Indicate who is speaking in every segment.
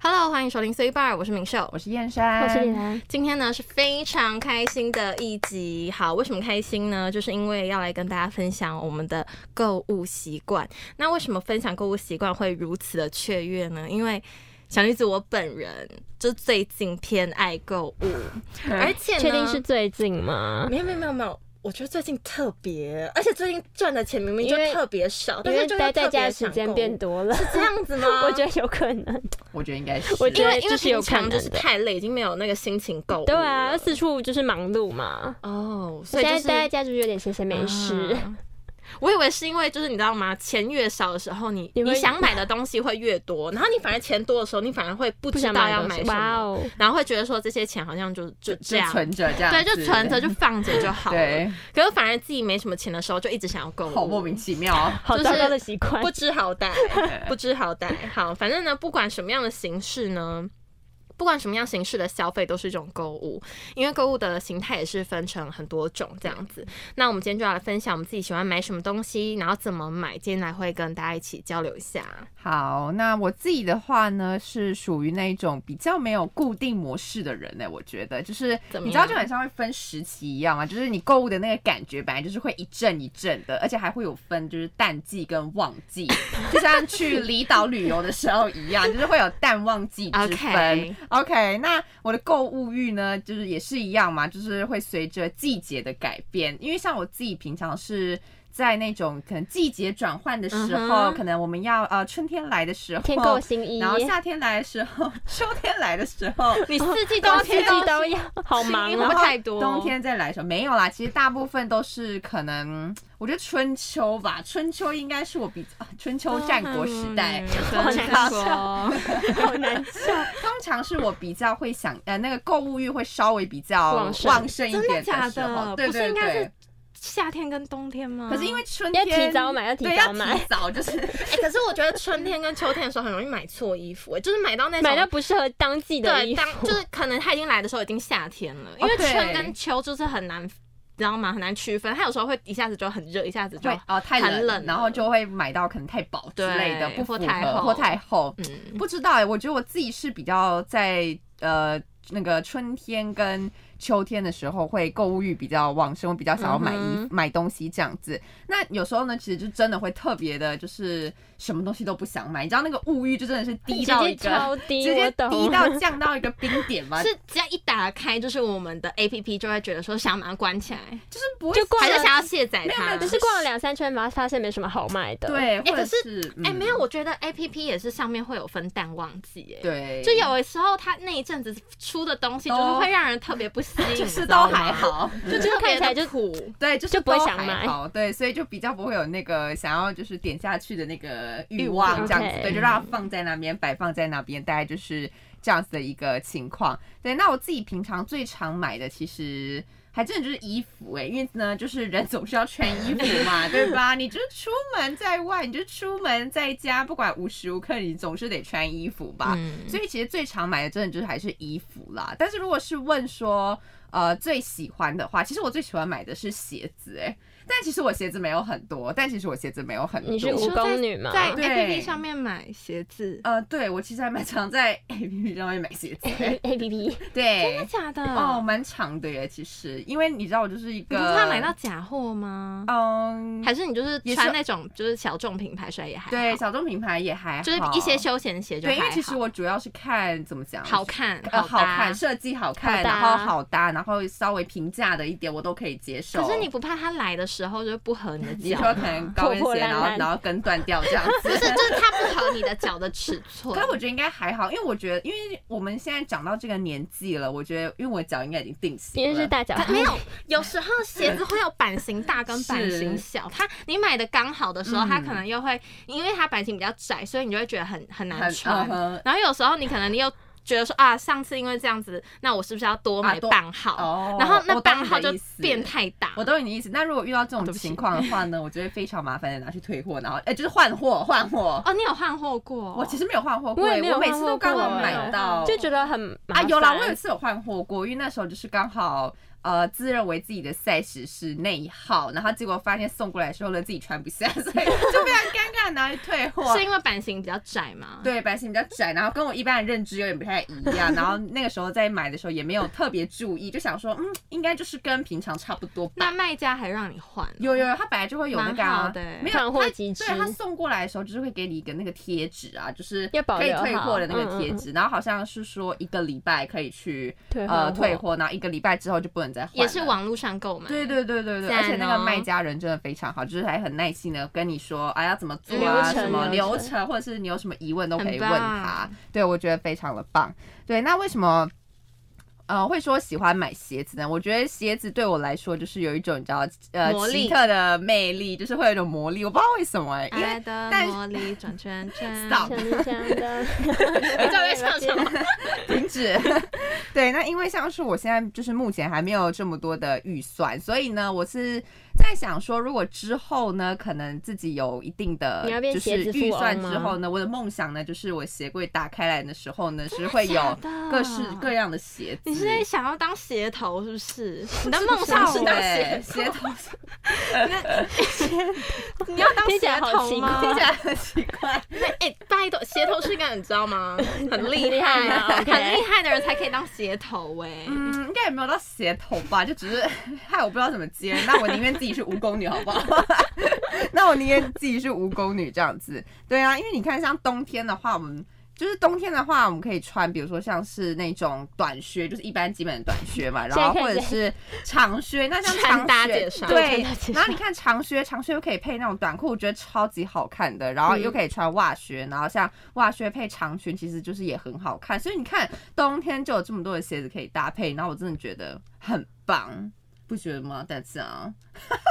Speaker 1: Hello，欢迎收听 C Bar，我是明秀。
Speaker 2: 我是燕山，
Speaker 3: 我是李兰，
Speaker 1: 今天呢是非常开心的一集。好，为什么开心呢？就是因为要来跟大家分享我们的购物习惯。那为什么分享购物习惯会如此的雀跃呢？因为小女子我本人就最近偏爱购物，
Speaker 2: 哎
Speaker 1: 而且呢
Speaker 3: 确定是最近吗？
Speaker 1: 没有没有没有没有。我觉得最近特别，而且最近赚的钱明明就
Speaker 3: 因为
Speaker 1: 特别少，
Speaker 3: 因
Speaker 1: 但
Speaker 3: 为
Speaker 1: 是就是
Speaker 3: 待在
Speaker 1: 特别
Speaker 3: 家时
Speaker 1: 想
Speaker 3: 间
Speaker 1: 购
Speaker 3: 变
Speaker 1: 物
Speaker 3: 多了，？
Speaker 1: 是这样子吗
Speaker 3: 我觉得有可能。
Speaker 2: 我觉得应该是，
Speaker 3: 我觉
Speaker 1: 因
Speaker 3: 得
Speaker 1: 为因为
Speaker 3: 这是有
Speaker 1: 平
Speaker 3: 可
Speaker 1: 常
Speaker 3: 能
Speaker 1: 就是
Speaker 3: 的
Speaker 1: 太累，已经没有那个心情购物。
Speaker 3: 对啊，，四处就是忙碌嘛。
Speaker 1: 哦，所
Speaker 3: 现
Speaker 1: 以就
Speaker 3: 在
Speaker 1: 是
Speaker 3: 待在家就是有点闲闲没事，
Speaker 1: 啊 我以为是因为就是你知道吗？钱越少的时候你，你
Speaker 3: 你会
Speaker 1: 想买的东西会越多，然后你反而钱多的时候，你反而会不
Speaker 3: 不
Speaker 1: 知
Speaker 3: 想
Speaker 1: 道
Speaker 3: 买
Speaker 1: 要
Speaker 3: 东
Speaker 1: 买
Speaker 3: 西
Speaker 1: 什
Speaker 3: 哇
Speaker 1: 么，
Speaker 3: 哦，
Speaker 1: 然后会觉得说这些钱好像就就这
Speaker 2: 就
Speaker 1: 样，
Speaker 2: 存着这样子，
Speaker 1: 对，就存着就放着就好了。
Speaker 2: 对，
Speaker 1: 可是反而自己没什么钱的时候，就一直想要购物，
Speaker 2: 好莫名其妙哦。
Speaker 3: 好
Speaker 1: 就
Speaker 3: 糟
Speaker 1: 是
Speaker 3: 糕的习惯
Speaker 1: 不。知好 歹，不知好歹。好，反正呢，不管什么样的形式呢。不管什么样形式的消费都是一种购物，因为购物的形态也是分成很多种这样子。那我们今天就要来分享我们自己喜欢买什么东西，然后怎么买。今天来会跟大家一起交流一下。
Speaker 2: 好，那我自己的话呢，是属于那一种比较没有固定模式的人呢、欸我觉得就是
Speaker 1: 怎么
Speaker 2: 你知道，
Speaker 1: 样
Speaker 2: 就很像会分时期一样啊，就是你购物的那个感觉，本来就是会一阵一阵的，而且还会有分，就是淡季跟旺季，就像去离岛旅游的时候一样，就是会有淡旺季之
Speaker 1: OK
Speaker 2: 分。OK，那我的购物欲呢，就是也是一样嘛，就是会随着季节的改变，因为像我自己平常是。在那种可能季节转换的时候
Speaker 1: 嗯哼
Speaker 2: 可能我们要呃春天来的时候，
Speaker 3: 天购心意，
Speaker 2: 然后夏天来的时候， 秋天来的时 候，
Speaker 1: 你四季
Speaker 3: 我
Speaker 1: 都
Speaker 3: 哦四季都要，好忙
Speaker 1: 因为
Speaker 3: 哦
Speaker 1: 会。太多
Speaker 2: 冬天再来的时候没有啦，其实大部分都是可能，我觉得春秋吧，春秋应该是我比、啊春秋战国时代，
Speaker 1: 很
Speaker 3: 难好难笑。
Speaker 2: 通常是我比较会想呃那个购物欲会稍微比较
Speaker 3: 旺盛
Speaker 2: 旺盛一
Speaker 1: 真的
Speaker 2: 点
Speaker 1: 假
Speaker 2: 时
Speaker 1: 的
Speaker 2: 候，
Speaker 1: 不
Speaker 2: 对
Speaker 1: 是
Speaker 2: 对
Speaker 1: 应该是
Speaker 2: 对。
Speaker 1: 夏天跟冬天吗？
Speaker 2: 可是因 为春
Speaker 3: 要
Speaker 2: 天
Speaker 3: 提早买，要提
Speaker 2: 对
Speaker 3: 早
Speaker 2: 要
Speaker 3: 买
Speaker 2: 提，早就是
Speaker 1: 哎、可是我觉得春天跟秋天的时候很容易买错衣服、哎就是买到那种
Speaker 3: 买到不适合当季的
Speaker 1: 对，
Speaker 3: 衣
Speaker 1: 当
Speaker 3: 服
Speaker 1: 就。是可能它已经来的时候已经夏天了，因为
Speaker 2: 哦对
Speaker 1: 春跟秋就是很难，你知道吗？很难区分。它有时候会一下子就很热，一下子就
Speaker 2: 会哦太
Speaker 1: 很冷了
Speaker 2: 然后就会买到可能太薄之类的，
Speaker 1: 对
Speaker 2: 不
Speaker 1: 或
Speaker 2: 符
Speaker 1: 太
Speaker 2: 合
Speaker 1: 厚
Speaker 2: 或太厚，
Speaker 1: 嗯，
Speaker 2: 不知道哎、我觉得我自己是比较在呃那个春天跟秋天的时候会购物欲比较旺盛，我比较想要买衣、
Speaker 1: 嗯哼
Speaker 2: 买东西这样子。那有时候呢，其实就真的会特别的，就是什么东西都不想买，你知道那个物欲就真的是低
Speaker 3: 直
Speaker 2: 到
Speaker 3: 接
Speaker 2: 一个
Speaker 3: 超低，
Speaker 2: 直接
Speaker 3: 我懂
Speaker 2: 低到降到一个冰点嘛，
Speaker 1: 是只要一打开，就是我们的 A P P 就会觉得说想把它关起来，
Speaker 2: 就是不会
Speaker 3: 就逛
Speaker 1: 还
Speaker 3: 了
Speaker 1: 是想要卸载它。
Speaker 2: 啊没有没有
Speaker 3: 只是逛了两三圈，然后发现没什么好买的。，
Speaker 2: 对，或
Speaker 1: 可
Speaker 2: 者
Speaker 1: 是
Speaker 2: 是
Speaker 1: 哎、
Speaker 2: 嗯
Speaker 1: 没有，我觉得 A P P 也是上面会有分淡旺季，哎，
Speaker 2: 对，
Speaker 1: 就有的时候它那一阵子出的东西就是会让人特别不吸引，
Speaker 2: 就是
Speaker 1: 你知
Speaker 2: 都
Speaker 1: 道吗
Speaker 2: 还，好。
Speaker 1: 就特别
Speaker 3: 看起来就
Speaker 1: 的苦。
Speaker 2: 对，就是
Speaker 3: 就不会
Speaker 2: 都
Speaker 3: 想
Speaker 2: 还
Speaker 3: 买
Speaker 2: 好对，所以就比较不会有那个想要就是点下去的那个欲
Speaker 1: 欲
Speaker 2: 望
Speaker 1: 望
Speaker 2: 这样子，
Speaker 3: OK
Speaker 2: 对，就让它放在那边，摆放在那边，大概就是这样子的一个情况。对，那我自己平常最常买的其实。还真的就是衣服哎、因为呢，就是人总是要穿衣服嘛，对吧？你就是出门在外，你就出门在家，不管无时无刻，你总是得穿衣服吧。
Speaker 1: 嗯
Speaker 2: 啊所以其实最常买的真的就是还是衣服啦。但是如果是问说，呃，最喜欢的话，其实我最喜欢买的是鞋子、欸，但其实我鞋子没有很多，但其实我鞋子没有很多。
Speaker 3: 你是
Speaker 1: 说
Speaker 3: 蜈蚣女吗？
Speaker 1: 在 A
Speaker 2: 对
Speaker 1: P P 上面买鞋子，
Speaker 2: 呃，对我其实还蛮常在 A P P 上面买鞋子、欸，
Speaker 3: A P P
Speaker 1: 哎真的
Speaker 2: 对，
Speaker 1: 假的？
Speaker 2: 哦，蛮常的耶。其实，因为你知道我就是一
Speaker 1: 你
Speaker 2: 个，
Speaker 1: 不是要买到假货吗？
Speaker 2: 嗯，
Speaker 1: 还是你就是
Speaker 2: 也是
Speaker 1: 穿那种就是小众品牌，所以也还好
Speaker 2: 对，小众品牌也还好，
Speaker 1: 就是一些休闲鞋就
Speaker 2: 对，
Speaker 1: 还
Speaker 2: 因
Speaker 1: 好。
Speaker 2: 为其实我主要是看怎么讲，
Speaker 1: 好看，
Speaker 2: 呃，
Speaker 1: 好
Speaker 2: 好
Speaker 1: 搭
Speaker 2: 看，设计好看，
Speaker 3: 好搭
Speaker 2: 然后好搭，然后稍微平价的一点我都可以接受。
Speaker 1: 可是你不怕它来的时候就是不合你的
Speaker 2: 你
Speaker 1: 脚
Speaker 2: 说可能高跟
Speaker 3: 破破
Speaker 2: 鞋，
Speaker 3: 烂
Speaker 2: 然后
Speaker 3: 烂
Speaker 2: 然后跟断掉这样 子。
Speaker 1: 就是就是它不合你的脚的尺寸。
Speaker 2: 可是我觉得应该还好，因为我觉得，因为我们现在长到这个年纪了，我觉得，因为我脚应该已经定型
Speaker 3: 因
Speaker 2: 了，
Speaker 3: 为是大脚，
Speaker 1: 啊没 有，有时候鞋子会有版型大跟版型小，它你买的刚好的时候，
Speaker 2: 嗯
Speaker 1: 它可能又会，因为它版型比较窄，所以你就会觉得很很难
Speaker 2: 很
Speaker 1: 穿
Speaker 2: 嗯。哼
Speaker 1: 然后有时候你可能你又觉得说啊，上次因为这样子，那我是不是要多买
Speaker 2: 啊多
Speaker 1: 半号？
Speaker 2: 哦，
Speaker 1: 然后那
Speaker 2: 我懂
Speaker 1: 半
Speaker 2: 你
Speaker 1: 号
Speaker 2: 的
Speaker 1: 就
Speaker 2: 意思
Speaker 1: 变。太大。
Speaker 2: 我懂你的意思，那如果遇到这
Speaker 1: 哦
Speaker 2: 种
Speaker 1: 对不起
Speaker 2: 情况的话呢，我就会非常麻烦的拿去退货，然后哎、就是换货换货。
Speaker 1: 哦，你有换货过？
Speaker 2: 我其实没有换货过，
Speaker 3: 我也没有
Speaker 2: 我每次
Speaker 3: 换货
Speaker 2: 都刚
Speaker 3: 过
Speaker 2: 好
Speaker 3: 哎
Speaker 2: 买到，
Speaker 3: 就觉得很麻
Speaker 2: 啊，有啦，我有一
Speaker 3: 烦
Speaker 2: 次有换货过，因为那时候就是刚好呃自认为自己的 size 是内号，然后结果发现送过来的时候呢自己穿不下，所以就非常尴尬，然后就退 货。
Speaker 1: 是因为版型比较窄吗？
Speaker 2: 对，版型比较窄，然后跟我一般的认知有点不太一样，然后那个时候在买的时候也没有特别注意，就想说，嗯，应该就是跟平常差不多
Speaker 1: 那
Speaker 2: 吧。
Speaker 1: 卖家还让你换哦、
Speaker 2: 有有，它本来就会有那个、
Speaker 1: 蛮
Speaker 2: 啊
Speaker 1: 好的欸，
Speaker 2: 没有
Speaker 3: 换货
Speaker 2: 它
Speaker 3: 机制
Speaker 2: 对，它送过来的时候就是会给你一个那个贴纸啊，就是
Speaker 3: 要保
Speaker 2: 可以
Speaker 3: 留
Speaker 2: 退
Speaker 3: 好
Speaker 2: 货的那
Speaker 3: 嗯嗯
Speaker 2: 个贴纸，然后好像是说一个礼拜可以去
Speaker 3: 退
Speaker 2: 呃退
Speaker 3: 货，
Speaker 2: 货，然后一个礼拜之后就不能再换了。
Speaker 1: 也是网络上购买。
Speaker 2: 对对对对对，
Speaker 1: 赞
Speaker 2: 而且那
Speaker 1: 哦
Speaker 2: 个卖家人真的非常好，就是还很耐心的跟你说啊要怎么做
Speaker 3: 流
Speaker 2: 啊，
Speaker 3: 程
Speaker 2: 什么
Speaker 3: 流
Speaker 2: 流
Speaker 3: 程
Speaker 2: 程，或者是你有什么疑问都可以问
Speaker 1: 很棒
Speaker 2: 他。对，我觉得非常的棒。对，那为什么？呃，会说喜欢买鞋子呢？我觉得鞋子对我来说就是有一种你知道，呃，
Speaker 1: 魔力
Speaker 2: 奇特的魅力，就是会有一种魔力。我不知道为什么哎、因为
Speaker 1: 爱的
Speaker 2: 但
Speaker 1: 魔力转圈圈。
Speaker 2: Stop
Speaker 3: 像你讲的，
Speaker 1: 你知道我在唱什么？
Speaker 2: 停止。 对，那因为像是我现在就是目前还没有这么多的预算，所以呢，我是在想说，如果之后呢，可能自己有一定的
Speaker 3: 你要变
Speaker 2: 就是
Speaker 3: 鞋子
Speaker 2: 预
Speaker 3: 富翁
Speaker 2: 算
Speaker 3: 吗
Speaker 2: 之后呢，我的梦想呢，就是我鞋柜打开来的时候呢，是会
Speaker 1: 假
Speaker 2: 有
Speaker 1: 的
Speaker 2: 各式各样的鞋子。
Speaker 1: 你是在想要当鞋头是不是？你的梦想哎
Speaker 2: 上
Speaker 1: 是当鞋
Speaker 2: 鞋头，
Speaker 1: 你要当
Speaker 3: 听起来
Speaker 1: 鞋
Speaker 3: 好
Speaker 1: 头
Speaker 3: 奇
Speaker 1: 吗？
Speaker 3: 怪
Speaker 2: 听起来很奇怪。
Speaker 1: 那哎，拜托，鞋头是一个你知道 吗？很厉
Speaker 3: 很厉害
Speaker 1: 害，
Speaker 3: 啊
Speaker 1: 很
Speaker 3: ，OK
Speaker 1: 厉害的人才可以当鞋头哎。
Speaker 2: 嗯，应该也没有到鞋头吧，就只是 害我不知道怎么接。那我宁愿自己是蜈蚣女，好不好？ 那我宁愿自己是蜈蚣女这样子。对啊，因为你看，像冬天的话，我们就是冬天的话，我们可以穿，比如说像是那种短靴，就是一般基本的短靴嘛，然后
Speaker 3: 现在
Speaker 2: 或
Speaker 3: 看起
Speaker 2: 者
Speaker 3: 来
Speaker 2: 是长靴。那像
Speaker 1: 穿搭
Speaker 2: 长靴
Speaker 1: 介绍
Speaker 2: 对
Speaker 3: 穿搭介，绍
Speaker 2: 然后你看长靴，长靴又可以配那种短裤，我觉得超级好看的。然后又可以穿袜靴，然后像袜靴配长裙，其实就是也很好看。所以你看，冬天就有这么多的鞋子可以搭配，然后我真的觉得很棒，不觉得吗？但是啊，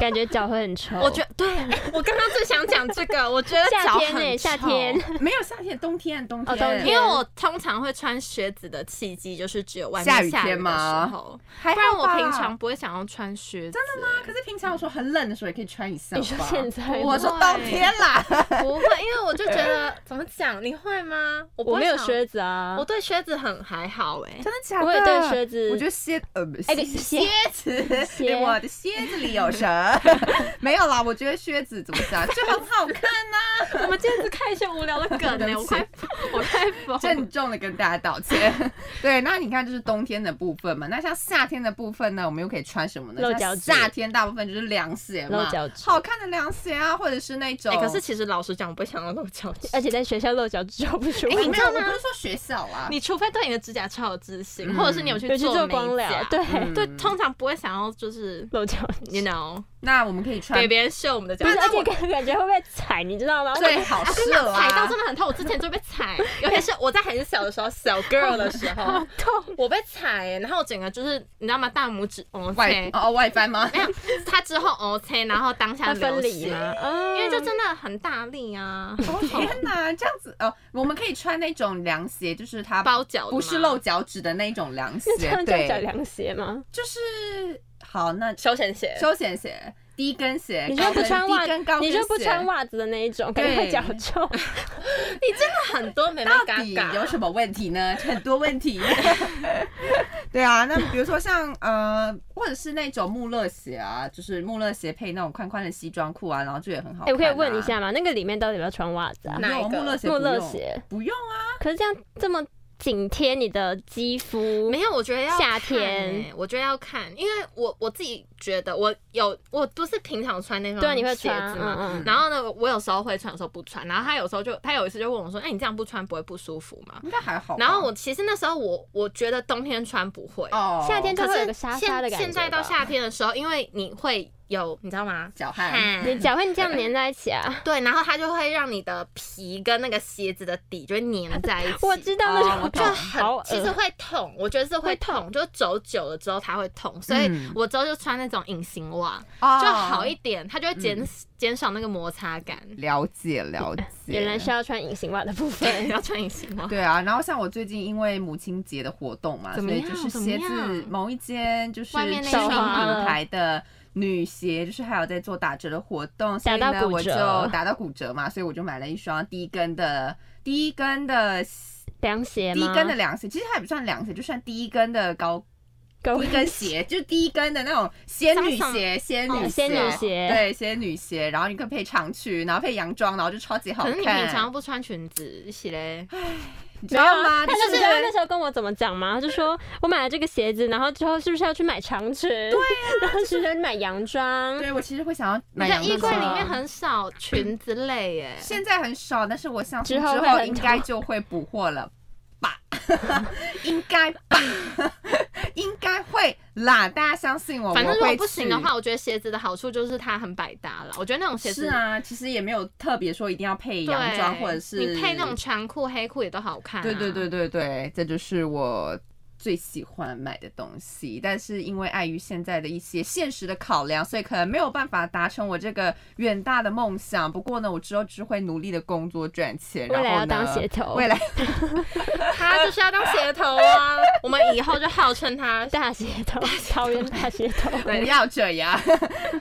Speaker 3: 感觉脚会很臭。
Speaker 1: 我觉得对，哎我刚刚最想讲这个，我觉得
Speaker 3: 夏
Speaker 1: 脚
Speaker 3: 天
Speaker 1: 很
Speaker 3: 欸夏
Speaker 1: 臭
Speaker 3: 天
Speaker 2: 没有夏天，冬天，冬
Speaker 3: 哦
Speaker 2: 天，
Speaker 3: 冬天
Speaker 1: 因为我通常会穿靴子的契机就是只有外面
Speaker 2: 下
Speaker 1: 雨
Speaker 2: 雨天吗
Speaker 1: 的时候，
Speaker 2: 还
Speaker 1: 不
Speaker 2: 好
Speaker 1: 然我
Speaker 2: 吧
Speaker 1: 平常。不会想要穿靴子。真的吗？
Speaker 2: 可是平常我说很冷的时候也可以穿一下吧。
Speaker 3: 你说现在
Speaker 2: 我
Speaker 3: 吗
Speaker 2: 说冬天啦，
Speaker 1: 不会，因为我就觉得怎么讲，你会吗？我不
Speaker 3: 我
Speaker 1: 会
Speaker 3: 没有
Speaker 1: 想，
Speaker 3: 靴子啊
Speaker 1: 我，对靴子很还好哎、
Speaker 2: 真的假的？
Speaker 3: 我也对靴子
Speaker 2: 我觉得蝎呃不
Speaker 3: 哎对
Speaker 2: 蝎子，哎
Speaker 3: 蝎
Speaker 2: 我的蝎子里有蛇。没有啦，我觉得靴子怎么讲就很好看啊呐、
Speaker 1: 我们今天是看一些无聊的梗 呢、
Speaker 2: 对不
Speaker 1: 我
Speaker 2: 起
Speaker 1: 快我快疯了。
Speaker 2: 郑重的跟大家道歉。对，那你看就是冬天的部分嘛，那像夏天的部分呢，我们又可以穿什么呢？
Speaker 3: 露
Speaker 2: 像
Speaker 3: 脚趾
Speaker 2: 夏天大部分就是凉鞋
Speaker 3: 露
Speaker 2: 嘛
Speaker 3: 脚，趾
Speaker 2: 好看的凉鞋啊，或者是那种。
Speaker 1: 哎、可是其实老实讲，我不会想要露脚趾。
Speaker 3: 而且在学校露脚趾就不舒
Speaker 2: 哎、
Speaker 3: 服
Speaker 2: 你。
Speaker 1: 知
Speaker 2: 知
Speaker 1: 道
Speaker 2: 道吗？
Speaker 1: 吗
Speaker 2: 我不是说学校啊啦，
Speaker 1: 你 除非对你的指甲超有自信，或者是你有去
Speaker 3: 有去做
Speaker 1: 美
Speaker 3: 光疗
Speaker 1: 甲，，
Speaker 3: 对，
Speaker 2: 嗯
Speaker 1: 嗯对，通常不会想要就是
Speaker 3: 露脚趾。
Speaker 1: ，you know，
Speaker 2: 那我们可以穿
Speaker 1: 给别人秀我们的脚
Speaker 3: 不
Speaker 1: 趾
Speaker 3: 是，。而且感感觉会被踩，你知道吗？
Speaker 2: 最好啊
Speaker 1: 啊
Speaker 2: 是
Speaker 1: 哎真的
Speaker 2: 啦、
Speaker 1: 踩到真的很痛，我之前就被踩， 尤其是我在很小的时候，小 girl 的时候，
Speaker 3: 痛，
Speaker 1: 我被踩、欸然后我整个就是你知道吗？大拇指 O
Speaker 2: 外
Speaker 1: K，
Speaker 2: 哦外翻吗？
Speaker 1: 没有，他之后 O K，然后当下
Speaker 3: 它分
Speaker 1: 流
Speaker 3: 离
Speaker 1: 血，
Speaker 3: 吗？嗯，
Speaker 1: 因为就真的很大力啊，
Speaker 2: 哦天哪，这样子哦，我们可以穿那种凉鞋，就是它
Speaker 1: 包脚的
Speaker 2: 不是
Speaker 1: 吗
Speaker 2: 露脚趾的那种凉
Speaker 3: 那这
Speaker 2: 鞋
Speaker 3: 样，叫脚
Speaker 2: 对，
Speaker 3: 凉鞋吗？
Speaker 2: 就是好那
Speaker 1: 休闲鞋，
Speaker 2: 休闲鞋、低跟鞋，
Speaker 3: 你说
Speaker 2: 高
Speaker 3: 不
Speaker 2: 跟
Speaker 3: 穿袜
Speaker 2: 低跟高，跟
Speaker 3: 你
Speaker 2: 鞋
Speaker 3: 说不穿，袜子的那一种，感觉会脚臭。
Speaker 1: 你真的很多美眉
Speaker 2: 到
Speaker 1: 嘎
Speaker 2: 底
Speaker 1: 嘎，
Speaker 2: 有什么问题 呢？很多问题。对啊，那比如说像呃，或者是那种穆勒鞋啊，就是穆勒鞋配那种宽宽的西装裤啊，然后就也很好看啊。
Speaker 3: 哎，我可以问一下吗？那个里面到底要不要穿袜子啊
Speaker 2: 不？
Speaker 1: 哪
Speaker 2: 用，
Speaker 1: 一个
Speaker 2: 穆勒鞋
Speaker 3: 穆
Speaker 2: 不
Speaker 3: 勒
Speaker 2: 用
Speaker 3: 鞋，
Speaker 2: 不用啊，
Speaker 3: 可是这样这么紧贴你的肌肤，
Speaker 1: 没有，我觉得要
Speaker 3: 夏
Speaker 1: 看
Speaker 3: 天
Speaker 1: 欸我觉得要看，因为我我自己觉得我有我不是平常穿那双
Speaker 3: 对啊，你会
Speaker 1: 鞋
Speaker 3: 穿，
Speaker 1: 子嘛，
Speaker 3: 嗯嗯，
Speaker 1: 然后呢，我有时候会穿，有时候不穿。然后他有时候就他有一次就问我说：“哎、你这样不穿不会不舒服吗
Speaker 2: 应该还好？”吧。
Speaker 1: 然后我其实那时候我我觉得冬天穿不会，
Speaker 2: 哦，
Speaker 3: 夏天就
Speaker 1: 可
Speaker 3: 会有
Speaker 1: 是
Speaker 3: 个沙沙的
Speaker 1: 现
Speaker 3: 感觉。
Speaker 1: 现在到，夏天的时候，因为你会有你知道吗？
Speaker 2: 脚汗。
Speaker 1: 汗
Speaker 3: 你脚会这样粘在一起啊？
Speaker 1: 对，然后它就会让你的皮跟那个鞋子的底就会粘在一起。
Speaker 3: 我知道
Speaker 2: 哦
Speaker 3: 那
Speaker 2: 我
Speaker 3: 种
Speaker 2: 懂
Speaker 1: 就
Speaker 2: 了
Speaker 3: 好
Speaker 1: 很，
Speaker 3: 恶
Speaker 1: 其实会痛，我觉得是会
Speaker 3: 会痛
Speaker 1: 痛，就走久了之后它会痛，所以
Speaker 2: 嗯
Speaker 1: 我之后就穿那种隐形袜，
Speaker 2: 哦
Speaker 1: 就好一点，它就会减
Speaker 3: 嗯
Speaker 1: 减少那个摩擦感。
Speaker 2: 了解了解，
Speaker 3: 原来是要穿隐形袜的部分。
Speaker 1: 对，要穿隐形 袜。
Speaker 2: 对啊。然后像我最近因为母亲节的活动嘛，
Speaker 1: 怎
Speaker 2: 所
Speaker 1: 么
Speaker 2: 以
Speaker 1: 样
Speaker 2: 就是鞋
Speaker 1: 怎么
Speaker 2: 子
Speaker 1: 样
Speaker 2: 某一间就是
Speaker 1: 外面那
Speaker 2: 知名
Speaker 3: 一双
Speaker 2: 品牌的。女鞋就是还有在做打折的活动，所以
Speaker 3: 打到
Speaker 2: 呢
Speaker 3: 骨
Speaker 2: 我就
Speaker 3: 折
Speaker 2: 打到骨折嘛，所以我就买了一双低跟的低跟的
Speaker 3: 凉鞋
Speaker 2: 低
Speaker 3: 吗？
Speaker 2: 跟的凉鞋，其实它也不算凉鞋，就算低跟的高
Speaker 3: 跟
Speaker 2: 一根鞋，就是低跟的那种仙女鞋，仙女
Speaker 3: 哦
Speaker 2: 鞋，
Speaker 3: 仙女鞋
Speaker 2: 对，仙女鞋，然后你可以配长裙，然后配洋装，然后就超级好
Speaker 1: 可
Speaker 2: 看。
Speaker 1: 是你平常不穿裙子，一起嘞，
Speaker 2: 你知道吗？
Speaker 3: 啊他就是是
Speaker 2: 不
Speaker 3: 他 那时候跟我怎么讲嘛，他就说我买了这个鞋子，然后之后是不是要去买长裙？对然后是不是买洋装？
Speaker 2: 对我啊其实会想要买
Speaker 1: 你的
Speaker 2: 洋
Speaker 1: 衣柜里面
Speaker 2: 装。
Speaker 1: 很少裙子类耶。
Speaker 2: 现在很少，但是我相信
Speaker 3: 之
Speaker 2: 之
Speaker 3: 后会
Speaker 2: 后
Speaker 3: 很
Speaker 2: 应该就会补货了 吧，应该吧，应该会啦，大家相信我。
Speaker 1: 反正
Speaker 2: 哦我
Speaker 1: 如果
Speaker 2: 会
Speaker 1: 不行的
Speaker 2: 去
Speaker 1: 话，我觉得鞋子的好处就是它很百搭了。我觉得那种鞋
Speaker 2: 是
Speaker 1: 子，
Speaker 2: 啊，其实也没有特别说一定要配
Speaker 1: 对
Speaker 2: 洋装或者是
Speaker 1: 你配那种长裤、黑裤也都好看、啊。
Speaker 2: 对对对对对，这就是我最喜欢买的东西。但是因为碍于现在的一些现实的考量，所以可能没有办法达成我这个远大的梦想。不过呢，我之后只会努力的工作赚钱，然
Speaker 3: 未
Speaker 2: 后
Speaker 3: 来要当
Speaker 2: 呢
Speaker 3: 鞋头
Speaker 2: 未 来
Speaker 4: 他就是要当 鞋头啊！我们以后就号称他
Speaker 3: 大鞋头，桃园大鞋头。
Speaker 2: 不要这样。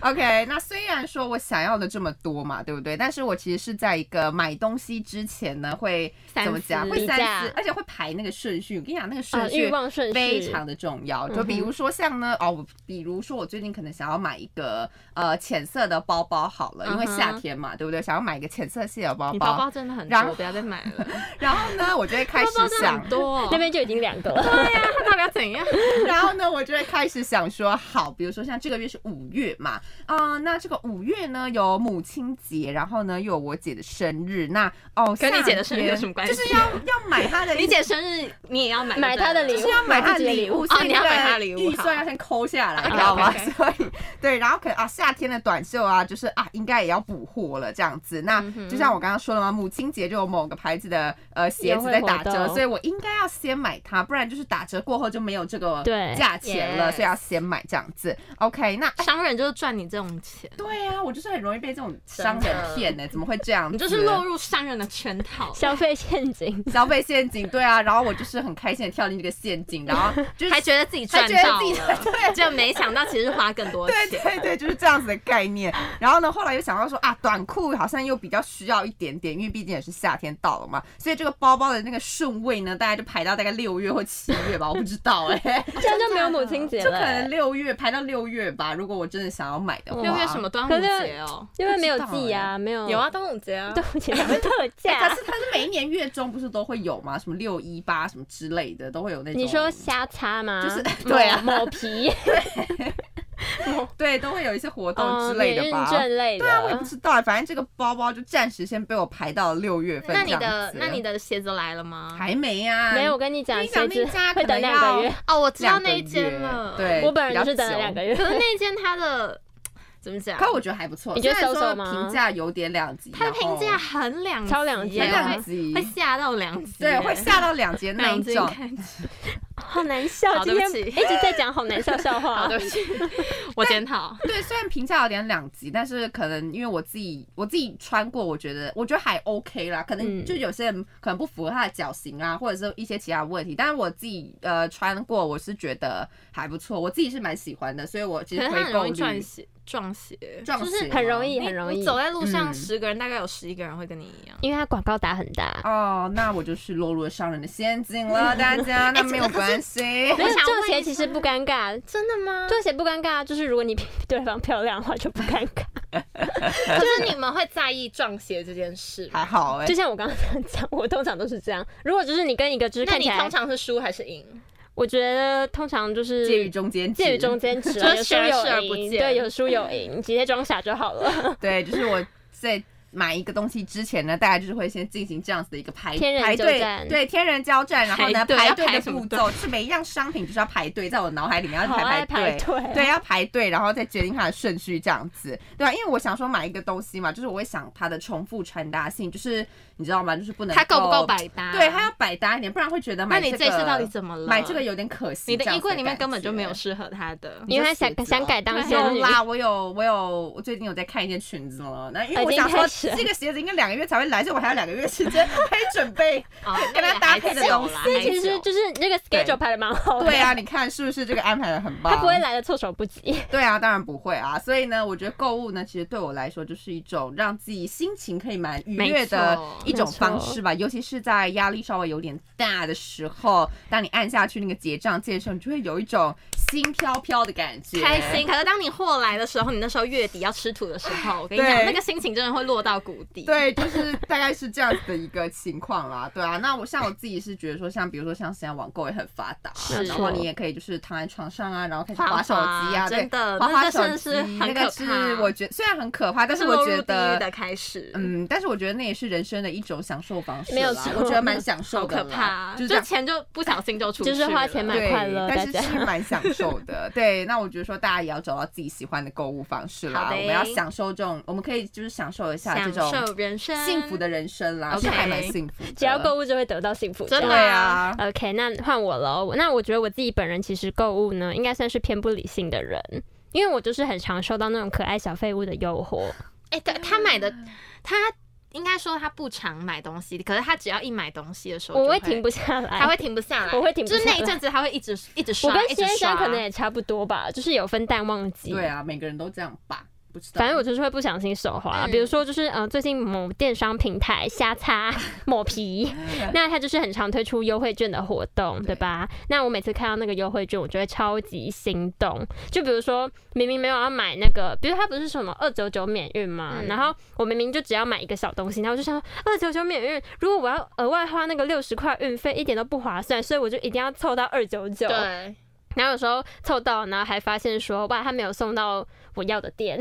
Speaker 2: OK，那虽然说我想要的这么多嘛，对不对？但是我其实是在一个买东西之前呢，会
Speaker 4: 三
Speaker 2: 怎么讲？
Speaker 4: 思啊
Speaker 2: 会
Speaker 3: 比
Speaker 2: 三
Speaker 3: 价
Speaker 2: 思，而且会排那个顺序。我跟你讲，那个顺
Speaker 3: 呃，
Speaker 2: 序
Speaker 3: 欲望顺序
Speaker 2: 非常的重要。
Speaker 4: 嗯
Speaker 2: 就比如说像呢，哦，比如说我最近可能想要买一个呃浅色的包包好了，因为
Speaker 4: 嗯哼
Speaker 2: 夏天嘛，对不对？想要买一个浅色系的包
Speaker 4: 你包
Speaker 2: 包，
Speaker 4: 包真的很
Speaker 2: 然后
Speaker 4: 多，不要再买了，
Speaker 2: 然后呢，我就会开始
Speaker 4: 包包真的
Speaker 2: 想
Speaker 4: 很，多 哦。
Speaker 3: 那边就已经两个了。
Speaker 4: 对呀，他到底要怎样？
Speaker 2: 然后呢，我就会开始想说，好，比如说像这个月是五月嘛，啊、那这个五月呢有母亲节，然后呢又有我姐的生日，那哦，
Speaker 4: 跟你
Speaker 2: 夏
Speaker 4: 姐的生日有
Speaker 2: 天
Speaker 4: 什么关系
Speaker 2: 就是要要买她 的一
Speaker 4: 你姐生日你也要买
Speaker 3: 买她的礼物
Speaker 2: 是要买他的礼
Speaker 3: 礼
Speaker 2: 物，
Speaker 3: 物
Speaker 2: 所以
Speaker 4: 哦你要买他的礼物
Speaker 2: 预算要先抠 下来，知道吗？
Speaker 4: OK，OK，OK
Speaker 2: 所以对，然后可能啊，夏天的短袖啊，就是啊，应该也要补货了这样子。那
Speaker 4: 嗯
Speaker 2: 就像我刚刚说了嘛，母亲节就有某个牌子的呃鞋子在打
Speaker 3: 优惠活
Speaker 2: 折，
Speaker 3: 动
Speaker 2: 所以我应该要先买它，不然就是打折过后就没有这个
Speaker 3: 对
Speaker 2: 价钱了，
Speaker 1: Yes
Speaker 2: 所以要先买这样子。OK，那。啊
Speaker 4: 商人就是赚你这种钱，
Speaker 2: 对呀、啊，我就是很容易被这种商
Speaker 1: 真
Speaker 2: 人
Speaker 1: 的
Speaker 2: 骗呢、欸怎么会这样子？
Speaker 4: 你就是落入商人的圈套。
Speaker 3: 消费陷阱，
Speaker 2: 消费陷阱，对啊。然后我就是很开心的跳进这个陷阱，然后就是
Speaker 4: 还觉得自己赚
Speaker 2: 还觉得
Speaker 4: 到
Speaker 2: 自己
Speaker 4: 了， 就没想到其实花更多
Speaker 2: 对
Speaker 4: 钱。
Speaker 2: 对对，就是这样子的概念。 然后呢，后来又想到说啊，短裤好像又比较需要一点点，因为毕竟也是夏天到了嘛，所以这个包包的那个顺位呢，大概就排到大概六月或七月吧，我不知道哎、
Speaker 3: 这样就没有母亲节
Speaker 2: 就可能
Speaker 3: 了，
Speaker 2: 六月排到六月吧，如果我真的想要买的话。
Speaker 4: 六月什么？端午节哦，
Speaker 3: 因为没有
Speaker 2: 不知道
Speaker 3: 寄啊，没有
Speaker 4: 有啊，，端午节啊
Speaker 3: 对，不起，没有特
Speaker 2: 哎？
Speaker 3: 价
Speaker 2: 可。是它是每一年月中不是都会有吗？什么六一八什么之类的，都会有那种。
Speaker 3: 你说瞎擦吗？
Speaker 2: 就是
Speaker 3: 抹
Speaker 2: 对啊
Speaker 3: 抹皮
Speaker 2: 对，都会有一些活动
Speaker 3: 哦，
Speaker 2: 之类
Speaker 3: 免
Speaker 2: 的
Speaker 3: 运
Speaker 2: 吧？
Speaker 3: 证类
Speaker 2: 对啊，我也不
Speaker 3: 的。
Speaker 2: 知道，反正这个包包就暂时先被我排到六月份这
Speaker 4: 那
Speaker 2: 样
Speaker 4: 你
Speaker 2: 子。
Speaker 4: 的那你的鞋子来了吗？
Speaker 2: 还没啊呀、
Speaker 3: 没有，我跟你讲，
Speaker 2: 跟你讲
Speaker 3: 鞋子
Speaker 2: 那家可
Speaker 3: 会等
Speaker 2: 能
Speaker 3: 两
Speaker 2: 要
Speaker 3: 个月。
Speaker 4: 哦，我知道
Speaker 2: 两个
Speaker 4: 那
Speaker 2: 月，
Speaker 4: 一间了。，
Speaker 2: 对，
Speaker 3: 我本人
Speaker 2: 比
Speaker 3: 是
Speaker 2: 较
Speaker 3: 等了两
Speaker 2: 久。
Speaker 3: 个月 啊
Speaker 4: 可。是那一间它的怎么讲？
Speaker 2: 可我觉得还不错，
Speaker 3: 你觉得
Speaker 2: 虽然
Speaker 3: 收
Speaker 2: 说
Speaker 3: 手吗
Speaker 2: 评价有点两极，
Speaker 4: 它的评价很两极耶
Speaker 3: 超两极
Speaker 2: 很
Speaker 3: 啊
Speaker 2: 两极
Speaker 4: 会，吓到两极，
Speaker 2: 对，会吓到两极的 那
Speaker 4: 两
Speaker 2: 一
Speaker 4: 极
Speaker 2: 种。
Speaker 3: 哦
Speaker 4: 看起来。
Speaker 3: 好难笑，
Speaker 4: 好
Speaker 3: 今
Speaker 4: 对
Speaker 3: 天
Speaker 4: 不起
Speaker 3: 一直在讲好难笑笑
Speaker 4: 好，
Speaker 3: 话
Speaker 4: 对。不 起，我检讨。
Speaker 2: 对，虽然评价有点两极，但是可能因为我自己我自己穿过，我觉得我觉得还 OK 啦。可能
Speaker 3: 嗯
Speaker 2: 就有些人可能不符合他的脚型啊，或者是一些其他问题。但是我自己呃穿过，我是觉得还不错，我自己是蛮喜欢的，所以我其
Speaker 4: 可
Speaker 2: 实
Speaker 4: 是
Speaker 2: 回
Speaker 4: 它很
Speaker 2: 购
Speaker 4: 容易
Speaker 2: 率
Speaker 4: 撞鞋，撞鞋，
Speaker 2: 撞啊
Speaker 4: 就是
Speaker 2: 鞋
Speaker 3: 很
Speaker 2: 吗
Speaker 3: 容易
Speaker 4: 你
Speaker 3: 很容易
Speaker 4: 你走在路上，
Speaker 2: 嗯
Speaker 4: 十个人大概有十一个人会跟你一样。
Speaker 3: 因为它广告打很大，
Speaker 2: 哦，那我就是落入了商人的陷阱了，大 家，
Speaker 4: 哎
Speaker 2: 那没有关系。
Speaker 3: 没有
Speaker 4: 想
Speaker 3: 做
Speaker 4: 问
Speaker 3: 鞋
Speaker 4: 一
Speaker 3: 其实不尴尬，
Speaker 4: 真的 吗？
Speaker 3: 做鞋不尴尬，就是如果你 比对方漂亮的话就不尴 尬。
Speaker 4: 可是你们会在意撞鞋这件事吗？
Speaker 2: 还好哎、
Speaker 3: 就像我刚刚讲，我通常都是这样。如果就是你跟一个就是
Speaker 4: 那
Speaker 3: 看
Speaker 4: 你
Speaker 3: 起来
Speaker 4: 通，常是输还是赢？
Speaker 3: 我觉得通常就是
Speaker 2: 介于中间值，
Speaker 3: 介于中间值啊，
Speaker 4: 就
Speaker 3: 有
Speaker 4: 是
Speaker 3: 输
Speaker 4: 视而视而
Speaker 3: 有
Speaker 4: 不
Speaker 3: 赢，
Speaker 4: 见
Speaker 3: 对，有输有赢，直接装傻就好了。
Speaker 2: 对，就是我在买一个东西之前呢，大家就是会先进行这样子的一个排
Speaker 3: 天人
Speaker 2: 排
Speaker 3: 交
Speaker 2: 队，
Speaker 3: 战
Speaker 2: 对天人交战，然后呢
Speaker 4: 排队要
Speaker 2: 队
Speaker 4: 排
Speaker 2: 的
Speaker 4: 什么
Speaker 2: 步骤是每一样商品就是要排队，在我脑海里面要
Speaker 3: 好爱
Speaker 2: 排队。
Speaker 3: 排队啊，
Speaker 2: 对，要排队，然后再决定它的顺序，这样子，对啊吧、因为我想说买一个东西嘛，就是我会想它的重复穿搭性，就是你知道吗？就是不能
Speaker 4: 它够不够？百搭？
Speaker 2: 对，它要百搭一点，不然会觉得
Speaker 4: 那
Speaker 2: 买
Speaker 4: 你
Speaker 2: 这
Speaker 4: 这
Speaker 2: 个。
Speaker 4: 一次到底怎么了？
Speaker 2: 买这个有点可惜。
Speaker 4: 你的
Speaker 2: 这样
Speaker 4: 衣
Speaker 2: 子的
Speaker 4: 柜里面根本就没有
Speaker 2: 感觉。
Speaker 4: 适合他的。
Speaker 3: 因为他 想
Speaker 2: 你就死
Speaker 3: 想改当仙
Speaker 2: 有
Speaker 3: 女，
Speaker 2: 啦，我有，我有，我最近有在看一件裙子了。那因为
Speaker 3: 已
Speaker 2: 我
Speaker 3: 经
Speaker 2: 想说
Speaker 3: 开始，了
Speaker 2: 这个鞋子应该两个月才会来，所以我还有两个月时间可以 准备。
Speaker 4: 哦
Speaker 2: 跟他搭配的东西
Speaker 3: 这其实就是那个
Speaker 2: 对
Speaker 3: schedule 排的蛮好的。
Speaker 2: 对啊，你看是不是这个安排的很棒？
Speaker 3: 他不会来的措手不及，
Speaker 2: 对啊，当然不会啊。所以呢，我觉得购物呢，其实对我来说就是一种让自己心情可以蛮愉悦的一种方式吧。尤其是在压力稍微有点大的时候，当你按下去那个结账键的时候，你就会有一种轻飘飘的感觉，
Speaker 1: 开心。。可是当你货来的时候，你那时候月底要吃土的时候，我跟你讲，
Speaker 2: 对
Speaker 1: 那个心情真的会落到谷底。，
Speaker 2: 对，就是大概是这样子的一个情况啦，对啊。那我像我自己是觉得说，像比如说像现在网购也很发达，
Speaker 3: 是
Speaker 2: 然后你也可以就是躺在床上啊，然后开始
Speaker 1: 滑
Speaker 2: 滑手机啊，
Speaker 1: 滑
Speaker 2: 对
Speaker 1: 真的
Speaker 2: 滑
Speaker 1: 那
Speaker 2: 滑
Speaker 1: 个
Speaker 2: 手
Speaker 1: 真的
Speaker 2: 机
Speaker 1: 是，
Speaker 2: 那
Speaker 1: 很
Speaker 2: 个
Speaker 1: 可
Speaker 2: 是
Speaker 1: 怕
Speaker 2: 我觉得虽然很可怕，但是我
Speaker 1: 落入
Speaker 2: 觉
Speaker 1: 地狱
Speaker 2: 得
Speaker 1: 的开始，
Speaker 2: 嗯，但是我觉得那也是人生的一种享受方式啦，
Speaker 3: 没有错
Speaker 2: 我觉得蛮享
Speaker 1: 好
Speaker 2: 受的
Speaker 1: 可
Speaker 2: 啦
Speaker 1: 怕，啊
Speaker 2: 就是
Speaker 1: 就
Speaker 2: 这样
Speaker 1: 钱就不小心就出去
Speaker 3: 就
Speaker 1: 了，
Speaker 3: 是花钱买
Speaker 2: 对，
Speaker 3: 快乐
Speaker 2: 但是
Speaker 3: 大家
Speaker 2: 是蛮享受的。对，那我觉得说大家也要找到自己喜欢的购物方式啦，
Speaker 1: 好的
Speaker 2: 我们要享受这种，我们可以就是享受一下这
Speaker 1: 享
Speaker 2: 种
Speaker 1: 受人生，
Speaker 2: 幸福的人生啦，
Speaker 1: OK
Speaker 2: 是还蛮幸福的。
Speaker 3: 只要购物就会得到幸福，
Speaker 1: 真
Speaker 2: 对
Speaker 1: 的
Speaker 2: 啊，
Speaker 3: OK，那换我喽。那我觉得我自己本人其实购物呢，应该算是偏不理性的人，因为我就是很常受到那种可爱小废物的诱惑。
Speaker 1: 哎、对他买的，他应该说他不常买东西，可是他只要一买东西的时候，
Speaker 3: 我
Speaker 1: 会
Speaker 3: 会停，不下来。
Speaker 1: 他会停不下来，
Speaker 3: 我会停不
Speaker 1: 就是那
Speaker 3: 下
Speaker 1: 一
Speaker 3: 来
Speaker 1: 阵子他会一直一直 刷，
Speaker 3: 我跟
Speaker 1: 一直
Speaker 3: 先生
Speaker 1: 刷
Speaker 3: 可能也差不多吧，就是有分淡旺季。
Speaker 2: 对啊，每个人都这样吧，不知道。
Speaker 3: 反正我就是会不小心手滑，
Speaker 1: 嗯
Speaker 3: 比如说就是呃，最近某电商平台 瞎擦抹皮，
Speaker 2: 嗯
Speaker 3: 那它就是很常推出优惠券的活动，
Speaker 2: 对
Speaker 3: 对吧？那我每次看到那个优惠券，我就会超级心动。就比如说明明没有要买那个，比如它不是什么二九九免运嘛，
Speaker 1: 嗯
Speaker 3: 然后我明明就只要买一个小东西，然后我就想二九九免运，如果我要额外花那个六十块运费，一点都不划算，所以我就一定要凑到二九九。
Speaker 1: 对，
Speaker 3: 然后有时候凑到，然后还发现说，哇，他没有送到我要的店。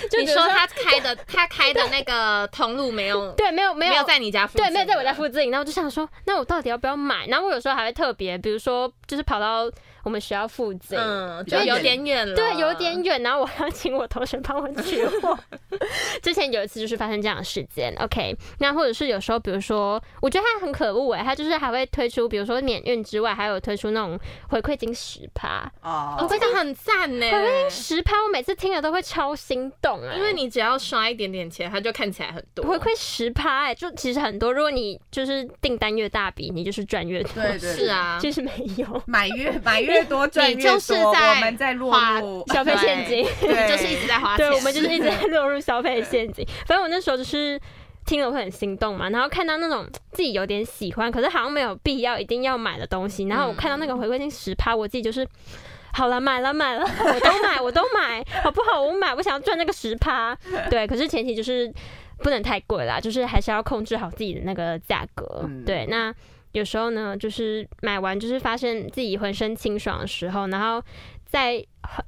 Speaker 3: 就
Speaker 1: 你
Speaker 3: 比如
Speaker 1: 说他开的他开的那个通路没有
Speaker 3: 对，没有没有
Speaker 1: 没有在你家附近，
Speaker 3: 对，没有在我家附近。然后我就想说，那我到底要不要买？然后我有时候还会特别，比如说就是跑到我们学校附近。
Speaker 1: 嗯，
Speaker 2: 比
Speaker 1: 就
Speaker 2: 较
Speaker 1: 有
Speaker 2: 远
Speaker 1: 点远了，
Speaker 3: 对，有点远，然后我还要请我同学帮我取货。 之前有一次就是发生这样的事件，OK。那或者是有时候，比如说，我觉得他很可恶欸诶，他就是还会推出，比如说免运之外，还有推出那种回馈金十趴，
Speaker 1: 哦，
Speaker 2: 哦，
Speaker 1: 这个很赞呢，
Speaker 3: 十趴，我每次听了都会超心动啊，
Speaker 1: 因为你只要刷一点点钱，它就看起来很多，
Speaker 3: 回馈十趴，哎，就其实很多。如果你就是订单越大笔，你就是赚越多。
Speaker 2: 对对对
Speaker 1: 是啊，
Speaker 3: 其实没 有
Speaker 2: 买越买越多赚越
Speaker 1: 就是
Speaker 2: 多，
Speaker 1: 在
Speaker 2: 我们在落
Speaker 1: 花
Speaker 2: 入，
Speaker 3: 消费陷阱，
Speaker 2: 对，
Speaker 1: 就是一直在花钱，
Speaker 3: 对，我们就是一直在 落入消费陷阱。反正我那时候就是听了会很心动嘛，然后看到那种自己有点喜欢，可是好像没有必要一定要买的东西，然后我看到那个
Speaker 1: 嗯
Speaker 3: 回馈金十趴，我自己就是。好了，买了买了，我都买，我都买，好不好？我买，我想要赚那个十趴。对，可是前提就是不能太贵啦，就是还是要控制好自己的那个价格。
Speaker 2: 嗯
Speaker 3: 对，那有时候呢，就是买完就是发现自己浑身清爽的时候，然后再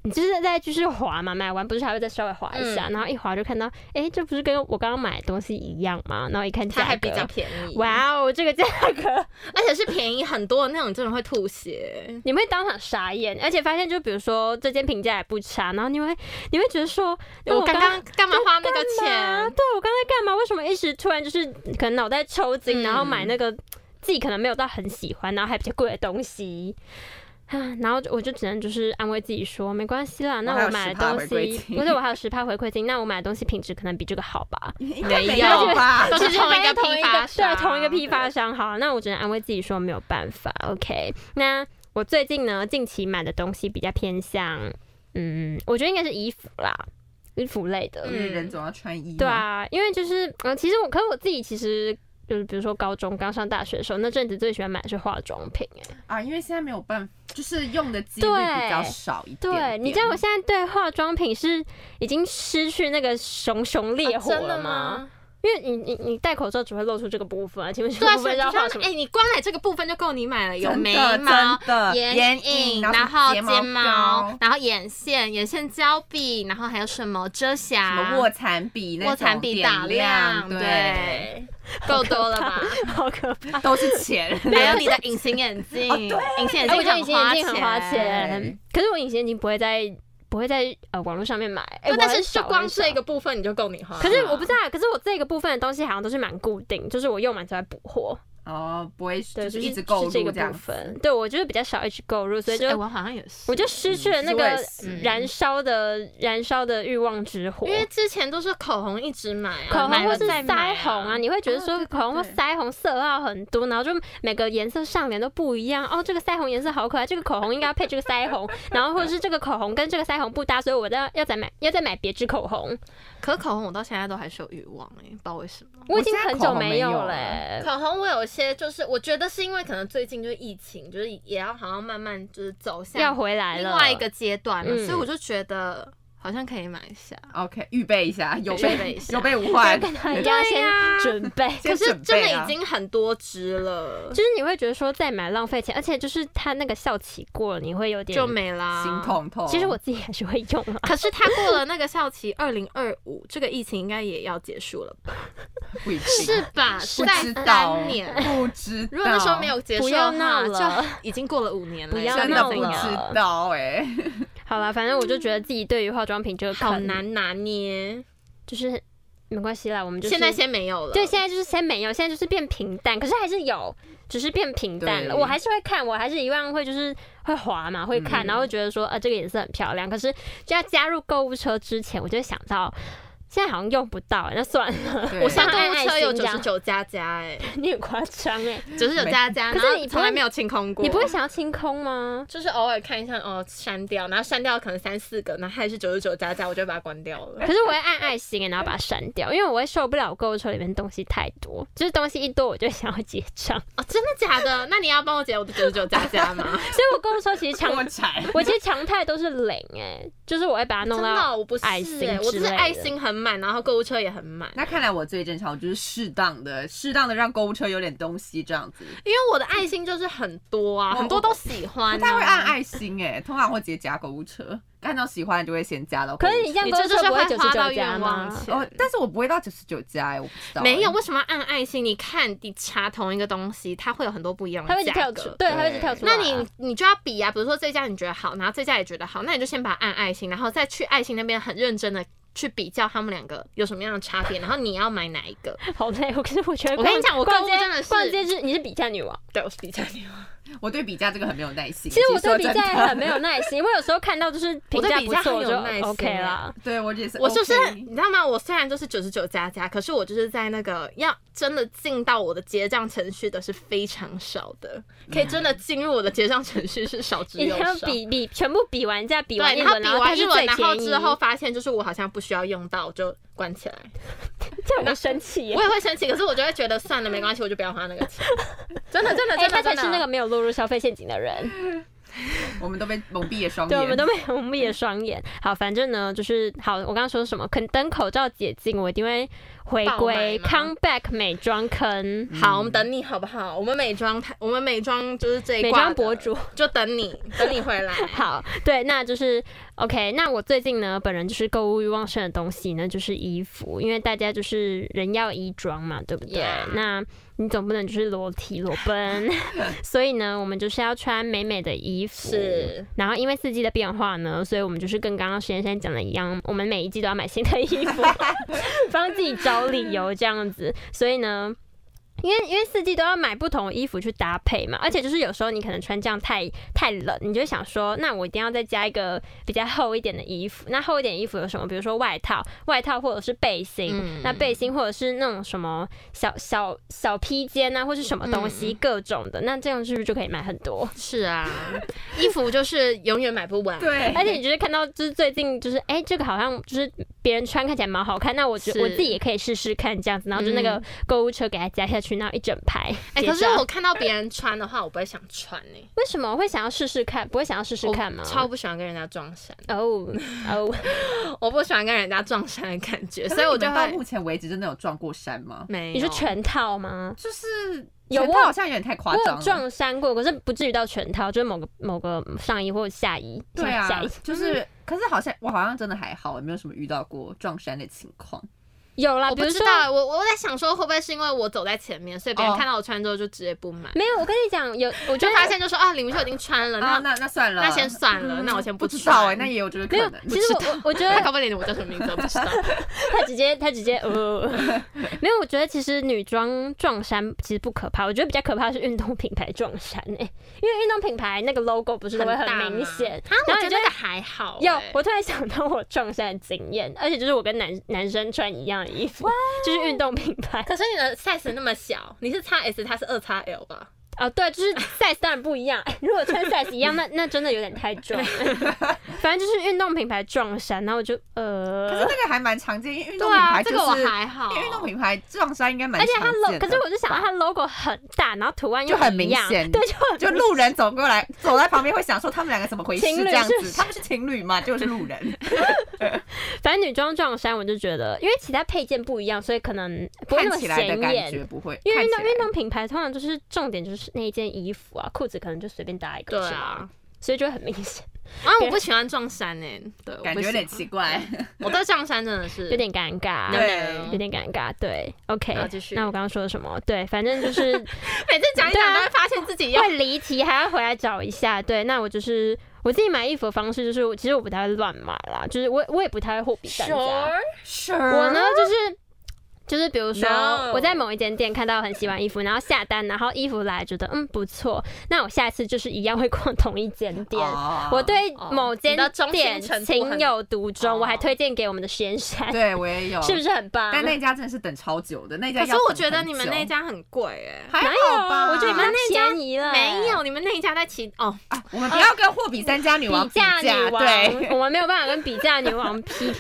Speaker 3: 你就是再继续滑嘛，买完不是还会再稍微滑一下，
Speaker 1: 嗯
Speaker 3: 然后一滑就看到，哎、这不是跟我刚刚买的东西一样吗？然后一看价
Speaker 1: 它
Speaker 3: 格，
Speaker 1: 还比较便宜，
Speaker 3: 哇哦，这个价 格
Speaker 1: 而且是便宜很多的那种，真的会吐血。
Speaker 3: 你们会当场傻眼，而且发现就比如说这间评价也不差，然后你会你会觉得说，那
Speaker 1: 我
Speaker 3: 刚
Speaker 1: 刚刚干嘛花那个
Speaker 3: 干嘛
Speaker 1: 钱？
Speaker 3: 对我刚才干嘛？为什么一时突然就是可能脑袋抽
Speaker 1: 嗯
Speaker 3: 筋，然后买那个自己可能没有到很喜欢，然后还比较贵的东西。啊，然后就我就只能就是安慰自己说，没关系啦，那
Speaker 2: 还
Speaker 3: 我
Speaker 2: 有
Speaker 3: 买的
Speaker 2: 10%
Speaker 3: 东
Speaker 2: 回
Speaker 3: 西
Speaker 2: 馈金
Speaker 3: 不是我还有十趴回馈金，那我买的东西品质可能比这个好 吧？
Speaker 2: 应该没
Speaker 1: 没有
Speaker 2: 有吧？
Speaker 1: 都是同一个
Speaker 3: 反正
Speaker 1: 批发商，
Speaker 3: 对，同一个批发商。好，那我只能安慰自己说没有办法。OK，那我最近呢，近期买的东西比较偏向，嗯，我觉得应该是衣服啦，衣服类的。
Speaker 2: 因为人总要穿衣嘛，
Speaker 3: 嗯对啊，因为就是嗯，其实我，可是我自己其实就是，比如说高中刚上大学的时候，那阵子最喜欢买的是化妆品、哎，
Speaker 2: 啊，因为现在没有办法，就是用的几率
Speaker 3: 对
Speaker 2: 比较少一点
Speaker 3: 对，
Speaker 2: 点。
Speaker 3: 你知道我现在对化妆品是已经失去那个熊熊烈火
Speaker 1: 啊真
Speaker 3: 了
Speaker 1: 的？吗？
Speaker 3: 因为你你你戴口罩只会露出这个部分啊，请问这
Speaker 1: 对
Speaker 3: 个
Speaker 1: 啊，
Speaker 3: 部
Speaker 1: 所以
Speaker 3: 分
Speaker 1: 就
Speaker 3: 要画
Speaker 1: 像
Speaker 3: 什么？
Speaker 1: 哎，你光买这个部分就够你买了，有
Speaker 2: 真
Speaker 1: 眉
Speaker 2: 的
Speaker 1: 毛
Speaker 2: 真、的
Speaker 1: 眼
Speaker 2: 眼
Speaker 1: 影，
Speaker 2: 影
Speaker 1: 然
Speaker 2: 然
Speaker 1: 后
Speaker 2: 后
Speaker 1: 睫
Speaker 2: 睫毛
Speaker 1: 毛
Speaker 2: 膏，
Speaker 1: 然后眼线、眼线胶笔，然后还有什么遮
Speaker 2: 什
Speaker 1: 瑕、
Speaker 2: 么卧蚕笔那种
Speaker 1: 啊卧蚕笔打
Speaker 2: 点亮，对，
Speaker 1: 对，够多了吧？
Speaker 3: 好可怕！
Speaker 2: 都是钱。
Speaker 1: 还有你的隐形眼镜，隐形眼
Speaker 3: 哎，
Speaker 1: 镜
Speaker 3: 我觉得隐形眼镜很
Speaker 1: 很
Speaker 3: 花
Speaker 1: 花
Speaker 2: 钱
Speaker 1: 钱。
Speaker 3: 钱，可是我隐形眼镜不会在不会在呃网络上面买，哎
Speaker 1: 对，，但
Speaker 3: 我很
Speaker 1: 是就
Speaker 3: 少
Speaker 1: 光
Speaker 3: 很少
Speaker 1: 这个部分啊你就够你花了。
Speaker 3: 可是我不知道，可是我这个部分的东西好像都是蛮固定，就是我用完才会补货，
Speaker 2: 哦，不会就
Speaker 3: 对，就是是
Speaker 2: 一直
Speaker 3: 是
Speaker 2: 购入
Speaker 3: 这个
Speaker 2: 这样
Speaker 3: 部。分。对我就是比较少一直购入，所以就
Speaker 1: 哎我好像也是，
Speaker 3: 我嗯就失去了那
Speaker 2: 我也
Speaker 3: 个
Speaker 2: 是
Speaker 3: 燃烧的燃烧的欲望之火
Speaker 1: 因。为之前都是口红一直买、啊，
Speaker 3: 口红
Speaker 1: 买
Speaker 3: 或
Speaker 1: 了
Speaker 3: 是
Speaker 1: 再买
Speaker 3: 腮红啊，，你会觉得
Speaker 2: 啊
Speaker 3: 说
Speaker 2: 对对
Speaker 3: 口红或
Speaker 2: 对
Speaker 3: 腮红色号很多，然后就每个颜色上脸都不一样。哦，这个腮红颜色好可爱，这个口红应该要配这个腮红，然后或者是这个口红跟这个腮红不搭，所以我要要再买要再买别支口红。
Speaker 1: 可口红我到现在都还是有欲望哎、不知道为什么。
Speaker 3: 我已经
Speaker 2: 现在
Speaker 3: 很
Speaker 2: 口
Speaker 3: 久
Speaker 2: 红
Speaker 3: 没
Speaker 2: 没
Speaker 3: 有
Speaker 2: 有
Speaker 3: 了
Speaker 2: 了
Speaker 3: 欸。
Speaker 1: 口红我有一些就是我觉得是因为可能最近就是疫情，就是也要好像慢慢就是走向
Speaker 3: 要回来了。
Speaker 1: 另外一个阶段了，
Speaker 3: 嗯
Speaker 1: 所以我就觉得好像可以买一下。
Speaker 2: OK，预备一下，有
Speaker 1: 预备一
Speaker 2: 备
Speaker 1: 下
Speaker 2: 有备无患。
Speaker 3: 跟他一定要
Speaker 1: 对
Speaker 3: 先
Speaker 1: 呀
Speaker 3: 准 备。
Speaker 1: 可
Speaker 2: 先
Speaker 1: 是
Speaker 2: 准
Speaker 1: 真
Speaker 2: 备
Speaker 1: 的
Speaker 2: 啊
Speaker 1: 已经很多只了
Speaker 3: 就，是你会觉得说再买浪费钱，而且就是它那个效期过了，你会有点
Speaker 1: 就。没啦。
Speaker 2: 心。痛痛。
Speaker 3: 其实我自己还是会用啊啦，
Speaker 1: 可是它过了那个校期，二零二五这个疫情应该也要结束了吧？
Speaker 2: 不一定
Speaker 1: 是吧？
Speaker 2: 不
Speaker 1: 是在
Speaker 2: 知道
Speaker 1: 三年。
Speaker 2: 不知道，
Speaker 1: 如果那时候没有结束
Speaker 3: 不
Speaker 1: 的
Speaker 3: 要
Speaker 1: 话，
Speaker 3: 闹了
Speaker 1: 就已经过了五年了。
Speaker 3: 不要
Speaker 2: 真的
Speaker 3: 闹
Speaker 2: 不
Speaker 3: 了
Speaker 2: 知道哎、
Speaker 3: 好啦，反正我就觉得自己对于化妆品这个
Speaker 1: 好
Speaker 3: 坑，
Speaker 1: 难拿捏。
Speaker 3: 就是没关系啦，我们就是
Speaker 1: 现在先没有了。
Speaker 3: 对，现在就是先没有，现在就是变平淡，可是还是有，只是变平淡了。
Speaker 2: 对
Speaker 3: 我还是会看，我还是一样会就是会滑嘛，会看，然后会觉得说，呃，这个颜色很漂亮。可是就要加入购物车之前，我就会想到，现在好像用不到，那算了，
Speaker 2: 对
Speaker 1: 我上购
Speaker 3: 按
Speaker 1: 物
Speaker 3: 爱
Speaker 1: 车
Speaker 3: 心
Speaker 1: 有
Speaker 3: 这
Speaker 1: 九
Speaker 3: 样
Speaker 1: 十九加加，哎，
Speaker 3: 你很夸张哎，
Speaker 1: 九十九加加，
Speaker 3: 可是
Speaker 1: 然后
Speaker 3: 你不
Speaker 1: 从来
Speaker 3: 会
Speaker 1: 没有清空过。
Speaker 3: 你不会想要清空吗？
Speaker 1: 就是偶尔看一下哦，删掉，然后删掉可能三四个，然后还是九十九加加，我就把它关掉 了。
Speaker 3: 可是我会按爱心欸，然后把它删掉，因为我会受不了购物车里面东西太多，就是东西一多我就想要结账，
Speaker 1: 哦，真的假 的？那你要帮我解我的九十九加加吗？
Speaker 3: 所以我购物车其实 常
Speaker 2: 这么惨，
Speaker 3: 我其实常态都是零哎、就是我会把它
Speaker 1: 真
Speaker 3: 弄
Speaker 1: 的
Speaker 3: 到
Speaker 1: 哦，我不是、
Speaker 3: 爱心
Speaker 1: 欸，我
Speaker 3: 之
Speaker 1: 只是
Speaker 3: 类
Speaker 1: 爱
Speaker 3: 的
Speaker 1: 心很满，然后购物车也很满。
Speaker 2: 那看来我最正常，我就是适当的、适当的让购物车有点东西这样子。
Speaker 1: 因为我的爱心就是很多啊，
Speaker 2: 我
Speaker 1: 很多都喜欢、啊。
Speaker 2: 不太会按爱心哎、通常会直接加购物车，看到喜欢的就会先加到购
Speaker 3: 可
Speaker 2: 物车。
Speaker 3: 是你这样
Speaker 1: 你
Speaker 3: 购
Speaker 1: 这
Speaker 3: 物
Speaker 1: 就
Speaker 3: 车
Speaker 1: 是
Speaker 3: 不会
Speaker 1: 会
Speaker 3: 九
Speaker 1: 花
Speaker 3: 十
Speaker 1: 到
Speaker 3: 九加
Speaker 1: 愿望
Speaker 3: 吗？
Speaker 1: 钱。
Speaker 2: 哦，但是我不会到九十九加哎、我不知道、
Speaker 1: 没有，，为什么要按爱心？你看，你查同一个东西，它会有很多不一样的
Speaker 3: 它会一直
Speaker 1: 价
Speaker 3: 跳出，
Speaker 1: 格。
Speaker 3: 对，它会一直跳出来
Speaker 1: 那
Speaker 3: 啊。
Speaker 1: 你你就要比啊，比如说这家你觉得好，然后这家也觉得好，那你就先把它按爱心，然后再去爱心那边很认真的去比较他们两个有什么样的差别，然后你要买哪一 个？
Speaker 3: 好累，我可是我觉得
Speaker 1: 我
Speaker 3: 逛，
Speaker 1: 跟你讲我
Speaker 3: 逛
Speaker 1: 购物
Speaker 3: 街
Speaker 1: 真的是
Speaker 3: 逛街是你是比价女王。
Speaker 1: 对，我是比较牛，
Speaker 2: 我对比价这个很没有耐心。
Speaker 3: 其实我
Speaker 2: 说
Speaker 3: 对比
Speaker 2: 真
Speaker 3: 价
Speaker 2: 的
Speaker 3: 很没有耐心，我有时候看到就是评
Speaker 1: 我对
Speaker 3: 价
Speaker 1: 比
Speaker 3: 不
Speaker 1: 价
Speaker 3: 错，
Speaker 1: 很
Speaker 3: 我
Speaker 1: 有耐心
Speaker 3: 就 OK
Speaker 1: 欸
Speaker 3: 啦。
Speaker 2: 对我也是 OK，
Speaker 1: 我是不是你知道吗？我虽然就是九十九加加，可是我就是在那个要真的进到我的结账程序的是非常少的，可以真的进入我的结账程序是少之
Speaker 3: 一 定
Speaker 1: 又
Speaker 3: 要
Speaker 1: 少。
Speaker 3: 比比全部比完价，比完
Speaker 1: 对，
Speaker 3: 一
Speaker 1: 然后
Speaker 3: 轮，
Speaker 1: 比
Speaker 3: 然后它
Speaker 1: 完一
Speaker 3: 是
Speaker 1: 轮，
Speaker 3: 最
Speaker 1: 然后
Speaker 3: 便宜
Speaker 1: 之后，发现就是我好像不需要用到，我就关起来。
Speaker 3: 这样我生气耶
Speaker 1: 我。也会生气，可是我就会觉得算了，没关系，我就不要花那个 钱。真的，真的，
Speaker 3: 哎，
Speaker 1: 真
Speaker 3: 他
Speaker 1: 的，
Speaker 3: 才
Speaker 1: 真
Speaker 3: 是那个
Speaker 1: 的。
Speaker 3: 没有落入消费陷阱的人。
Speaker 2: 我们都被蒙蔽了双眼，
Speaker 3: 对，我们都没 有蒙蔽了双眼。好，反正呢，就是好，我刚刚说什么？肯等口罩解禁，我一定会回
Speaker 1: 爆买
Speaker 3: 归
Speaker 1: 吗
Speaker 3: come back 美妆坑，
Speaker 1: 好，我们等你好不好？我们美妆台，我们美妆就是这一
Speaker 3: 美
Speaker 1: 挂
Speaker 3: 妆
Speaker 1: 的
Speaker 3: 博主。
Speaker 1: 就等你，等你 回来。
Speaker 3: 好，对，那就是 OK。那我最近呢，本人就是购物欲旺盛的东西呢，就是衣服，因为大家就是人要衣装嘛，对不对
Speaker 1: Yeah
Speaker 3: 那你总不能就是裸体裸奔， 所以呢，我们就是要穿美美的衣服。
Speaker 1: 是，
Speaker 3: 然后因为四季的变化呢，所以我们就是跟刚刚实验生讲的一样，我们每一季都要买新的衣服，帮自己找理由这样子。所以呢。因为因为四季都要买不同的衣服去搭配嘛，而且就是有时候你可能穿这样太太冷，你就会想说，那我一定要再加一个比较厚一点的衣服。那厚一点衣服有什么？比如说外套、外套或者是背心，
Speaker 1: 嗯
Speaker 3: 那背心或者是那种什么小小小披肩啊，或是什么东西、各种的。那这样是不是就可以买很多？
Speaker 1: 是啊，衣服就是永远买不完。
Speaker 2: 对，
Speaker 3: 而且你就会看到，就是最近就是哎、这个好像就是别人穿看起来蛮好看，那我觉
Speaker 1: 是
Speaker 3: 我自己也可以试试看这样子，然后就那个
Speaker 1: 嗯
Speaker 3: 购物车给它加下去，然后一整排
Speaker 1: 哎、
Speaker 3: 结账。
Speaker 1: 可是我看到别人穿的话，我不会想穿呢、
Speaker 3: 为什么会想要试试看？不会想要试试
Speaker 1: 我
Speaker 2: 啊
Speaker 3: 看吗？
Speaker 1: 超不喜欢跟人家撞衫，
Speaker 3: 哦哦，
Speaker 1: 我不喜欢跟人家撞衫的感觉，所以我就
Speaker 2: 可是你们到
Speaker 1: 会
Speaker 2: 目前为止真的有撞过衫吗？
Speaker 1: 没有。
Speaker 3: 你说全套吗？
Speaker 2: 就是
Speaker 3: 有
Speaker 2: 全
Speaker 3: 我
Speaker 2: 套好像有点太
Speaker 3: 我
Speaker 2: 夸张
Speaker 3: 有
Speaker 2: 了。
Speaker 3: 撞
Speaker 1: 啊
Speaker 3: 衫过，可是不至于到全套，就是某个某个上衣或者下衣，
Speaker 2: 对
Speaker 3: 下
Speaker 2: 啊
Speaker 3: 衣，
Speaker 2: 就是，可是好像我好像真的还好，也没有什么遇到过撞衫的情况。
Speaker 3: 有啦，
Speaker 1: 我
Speaker 3: 比
Speaker 1: 不
Speaker 3: 如
Speaker 1: 知
Speaker 3: 说。
Speaker 1: 道，我我在想说会不会是因为我走在前面，所以别人
Speaker 2: 哦
Speaker 1: 看到我穿之后就直接不买，
Speaker 3: 没有，我跟你讲，有我觉
Speaker 1: 就
Speaker 3: 得
Speaker 1: 发现就说啊，李明秀已经穿了，
Speaker 2: 啊，
Speaker 1: 那
Speaker 2: 那那算了，嗯
Speaker 1: 那先算了，那我先
Speaker 2: 不知
Speaker 1: 穿。
Speaker 2: 道哎，那也有这个
Speaker 3: 没有
Speaker 2: 可能。。
Speaker 3: 其实我我我觉得
Speaker 1: 他搞不好连我叫什么名字都不知道。
Speaker 3: 他直接他直 接呃，没有，我觉得其实女装撞衫其实不可怕，我觉得比较可怕的是运动品牌撞衫哎、因为运动品牌那个 logo 不是都会很
Speaker 1: 大
Speaker 3: 明
Speaker 1: 吗
Speaker 3: 显，
Speaker 1: 啊，我
Speaker 3: 然后
Speaker 1: 觉得
Speaker 3: 你就
Speaker 1: 那个还好、
Speaker 3: 有
Speaker 1: 哎，
Speaker 3: 我突然想到我撞衫的经验，而且就是我跟男男生穿一样的衣服，就是运动品牌。
Speaker 1: 可是你的 size 那么小，你是 x S，他是二 x L 吧？
Speaker 3: 啊、对，就是 size 当然不一样。 如果穿 size 一样，那那真的有点太 壮。反正就是运动品牌撞衫，然后我就
Speaker 2: 可是
Speaker 3: 呃，
Speaker 2: 那个还蛮常见，因为运动
Speaker 1: 对
Speaker 2: 品
Speaker 1: 啊，
Speaker 2: 牌
Speaker 1: 这
Speaker 2: 就
Speaker 1: 个我
Speaker 2: 是，
Speaker 1: 还好
Speaker 2: 因为。运动品牌撞衫应该蛮
Speaker 3: 而且
Speaker 2: 常
Speaker 3: 它
Speaker 2: 见
Speaker 3: logo，
Speaker 2: 的。
Speaker 3: 可是我就想到它 logo 很大，然后图案又
Speaker 2: 就很
Speaker 3: 一
Speaker 2: 明
Speaker 3: 样
Speaker 2: 显
Speaker 3: 对，就很
Speaker 2: 就
Speaker 3: 明
Speaker 2: 路人走过来，走在旁边会想说他们两个怎么回事
Speaker 3: 情侣
Speaker 2: 这样
Speaker 3: 是不
Speaker 2: 子，
Speaker 3: 是
Speaker 2: 他们是情侣嘛，就是路人。
Speaker 3: 反正女装撞衫，我就觉得，因为其他配件不一样，所以可能不会
Speaker 2: 看
Speaker 3: 那么
Speaker 2: 起来的
Speaker 3: 显
Speaker 2: 感
Speaker 3: 眼。
Speaker 2: 觉不会，
Speaker 3: 因为
Speaker 2: 看
Speaker 3: 运
Speaker 2: 起
Speaker 3: 动
Speaker 2: 来
Speaker 3: 运动品牌通常就是重点就是那一件衣服啊，裤子可能就随便搭一个，
Speaker 1: 对
Speaker 3: 是吗
Speaker 1: 啊，，
Speaker 3: 所以就很明显，
Speaker 1: 啊，我不喜欢撞衫呢、对，我
Speaker 2: 感
Speaker 1: 不
Speaker 2: 觉有
Speaker 1: 喜
Speaker 2: 点
Speaker 1: 欢
Speaker 2: 奇怪。
Speaker 1: 我对撞衫真的是
Speaker 3: 有点尴尬，
Speaker 2: 对
Speaker 3: 有点尴尬，对，OK，
Speaker 1: 好继续
Speaker 3: 那我刚刚说了什么？对，反正就 是
Speaker 1: 每次讲一
Speaker 3: 对
Speaker 1: 讲
Speaker 3: 啊
Speaker 1: 都会发现自己要
Speaker 3: 会离题，还要回来找一下。对，那我就是我自己买衣服的方式，就是我其实我不太会乱买啦，就是我我也不太会货比三家。
Speaker 1: 啊
Speaker 2: Sure，
Speaker 3: 我呢就是就是比如说
Speaker 1: No
Speaker 3: 我在某一间店看到很喜欢衣服，然后下单，然后衣服来觉得嗯不错，那我下次就是一样会逛同一间店。我对
Speaker 1: 哦
Speaker 3: 某间
Speaker 1: 你的忠心
Speaker 3: 店
Speaker 1: 程度
Speaker 3: 情
Speaker 1: 很
Speaker 3: 有独钟，我还
Speaker 1: 哦
Speaker 3: 推荐给我们的实验山，
Speaker 2: 对我也有，
Speaker 3: 是啊不是很棒？
Speaker 2: 但那家真的是等超久的，那家
Speaker 1: 可是
Speaker 2: 要
Speaker 1: 我
Speaker 2: 等
Speaker 1: 觉得
Speaker 2: 很
Speaker 1: 你们
Speaker 2: 久
Speaker 1: 那家很贵哎、
Speaker 2: 还
Speaker 3: 哪
Speaker 2: 好
Speaker 3: 有啊
Speaker 2: 吧？
Speaker 3: 我觉得你们
Speaker 1: 那家
Speaker 3: 便宜了，
Speaker 1: 没有，啊你们那一家在骑哦，
Speaker 2: 啊我们不要跟货比三家女王
Speaker 3: 比价女王，
Speaker 2: 对。
Speaker 3: 我们没有办法跟比价 女王比。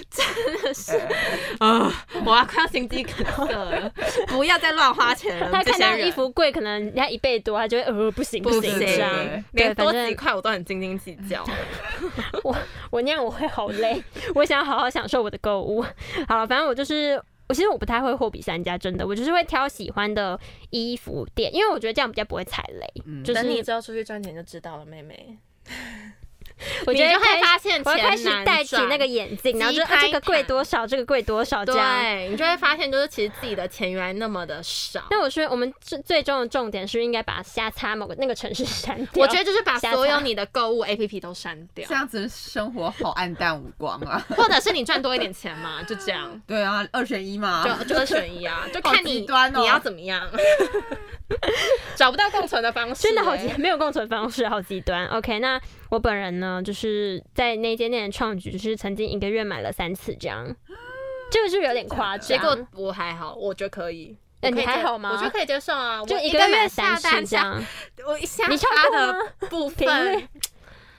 Speaker 2: 啊
Speaker 1: 我要快要心肌梗塞 了，
Speaker 4: 不要再乱花钱了。
Speaker 3: 他
Speaker 1: 嗯这
Speaker 3: 看
Speaker 1: 些
Speaker 3: 到
Speaker 1: 人
Speaker 3: 衣服贵，可能人家一倍多，他就会呃不行
Speaker 4: 不
Speaker 3: 行
Speaker 4: 行
Speaker 3: 这样
Speaker 2: 对。
Speaker 4: 连
Speaker 3: 反
Speaker 4: 多
Speaker 3: 正
Speaker 4: 几块我都很斤斤计较。
Speaker 3: 我那样我会好累， 我想好好享受我的购物。好了，反正我就是。我其实我不太会货比三家，真的，我就是会挑喜欢的衣服店，因为我觉得这样比较不会踩雷。
Speaker 2: 嗯
Speaker 3: 就是
Speaker 4: 等你之后出去赚钱就知道了，妹妹。
Speaker 3: 我
Speaker 1: 你
Speaker 3: 觉得
Speaker 1: 就
Speaker 3: 开
Speaker 1: 会发现
Speaker 3: 我要开
Speaker 1: 钱
Speaker 3: 始
Speaker 1: 难
Speaker 3: 戴起
Speaker 1: 赚
Speaker 3: 那个眼镜，然后就
Speaker 1: 急
Speaker 3: 啊这
Speaker 1: 拍
Speaker 3: 个贵
Speaker 1: 看
Speaker 3: 多少，这个贵多少这样。
Speaker 1: 对你就会发现，就是其实自己的钱原来那么的少。
Speaker 3: 那我说我们最最终的重点是应该把瞎擦某个那个城市删掉。
Speaker 1: 我觉得就是把
Speaker 3: 下
Speaker 1: 所
Speaker 3: 载
Speaker 1: 有你的购物 APP 都删掉
Speaker 3: 啊
Speaker 2: 这，样子生活好暗淡无光啊！
Speaker 1: 或者是你赚多一点钱嘛，就这 样，
Speaker 2: 对啊，二选一嘛，
Speaker 1: 就就二选一啊，就
Speaker 2: 好
Speaker 1: 看
Speaker 2: 极
Speaker 1: 你
Speaker 2: 端哦
Speaker 1: 你要怎么 样，找不到共存的方式欸，
Speaker 3: 真的好极，没有共存方式，好极端。OK，那我本人呢，就是在那间店的创举，就是曾经一个月买了三次这样，这个是不是有点夸张。
Speaker 1: 结果我还好，我觉得可以。
Speaker 3: 那
Speaker 1: 我可以
Speaker 3: 你还
Speaker 1: 接
Speaker 3: 好吗
Speaker 1: 我觉得可以接受啊，
Speaker 3: 就
Speaker 1: 我
Speaker 3: 一
Speaker 1: 一
Speaker 3: 个
Speaker 1: 月
Speaker 3: 月
Speaker 1: 下
Speaker 3: 三
Speaker 1: 单
Speaker 3: 次这
Speaker 1: 下，
Speaker 3: 样，
Speaker 1: 我一下
Speaker 3: 你超
Speaker 1: 发
Speaker 3: 过
Speaker 1: 的
Speaker 3: 吗？
Speaker 1: 部
Speaker 3: 频率
Speaker 1: 分，？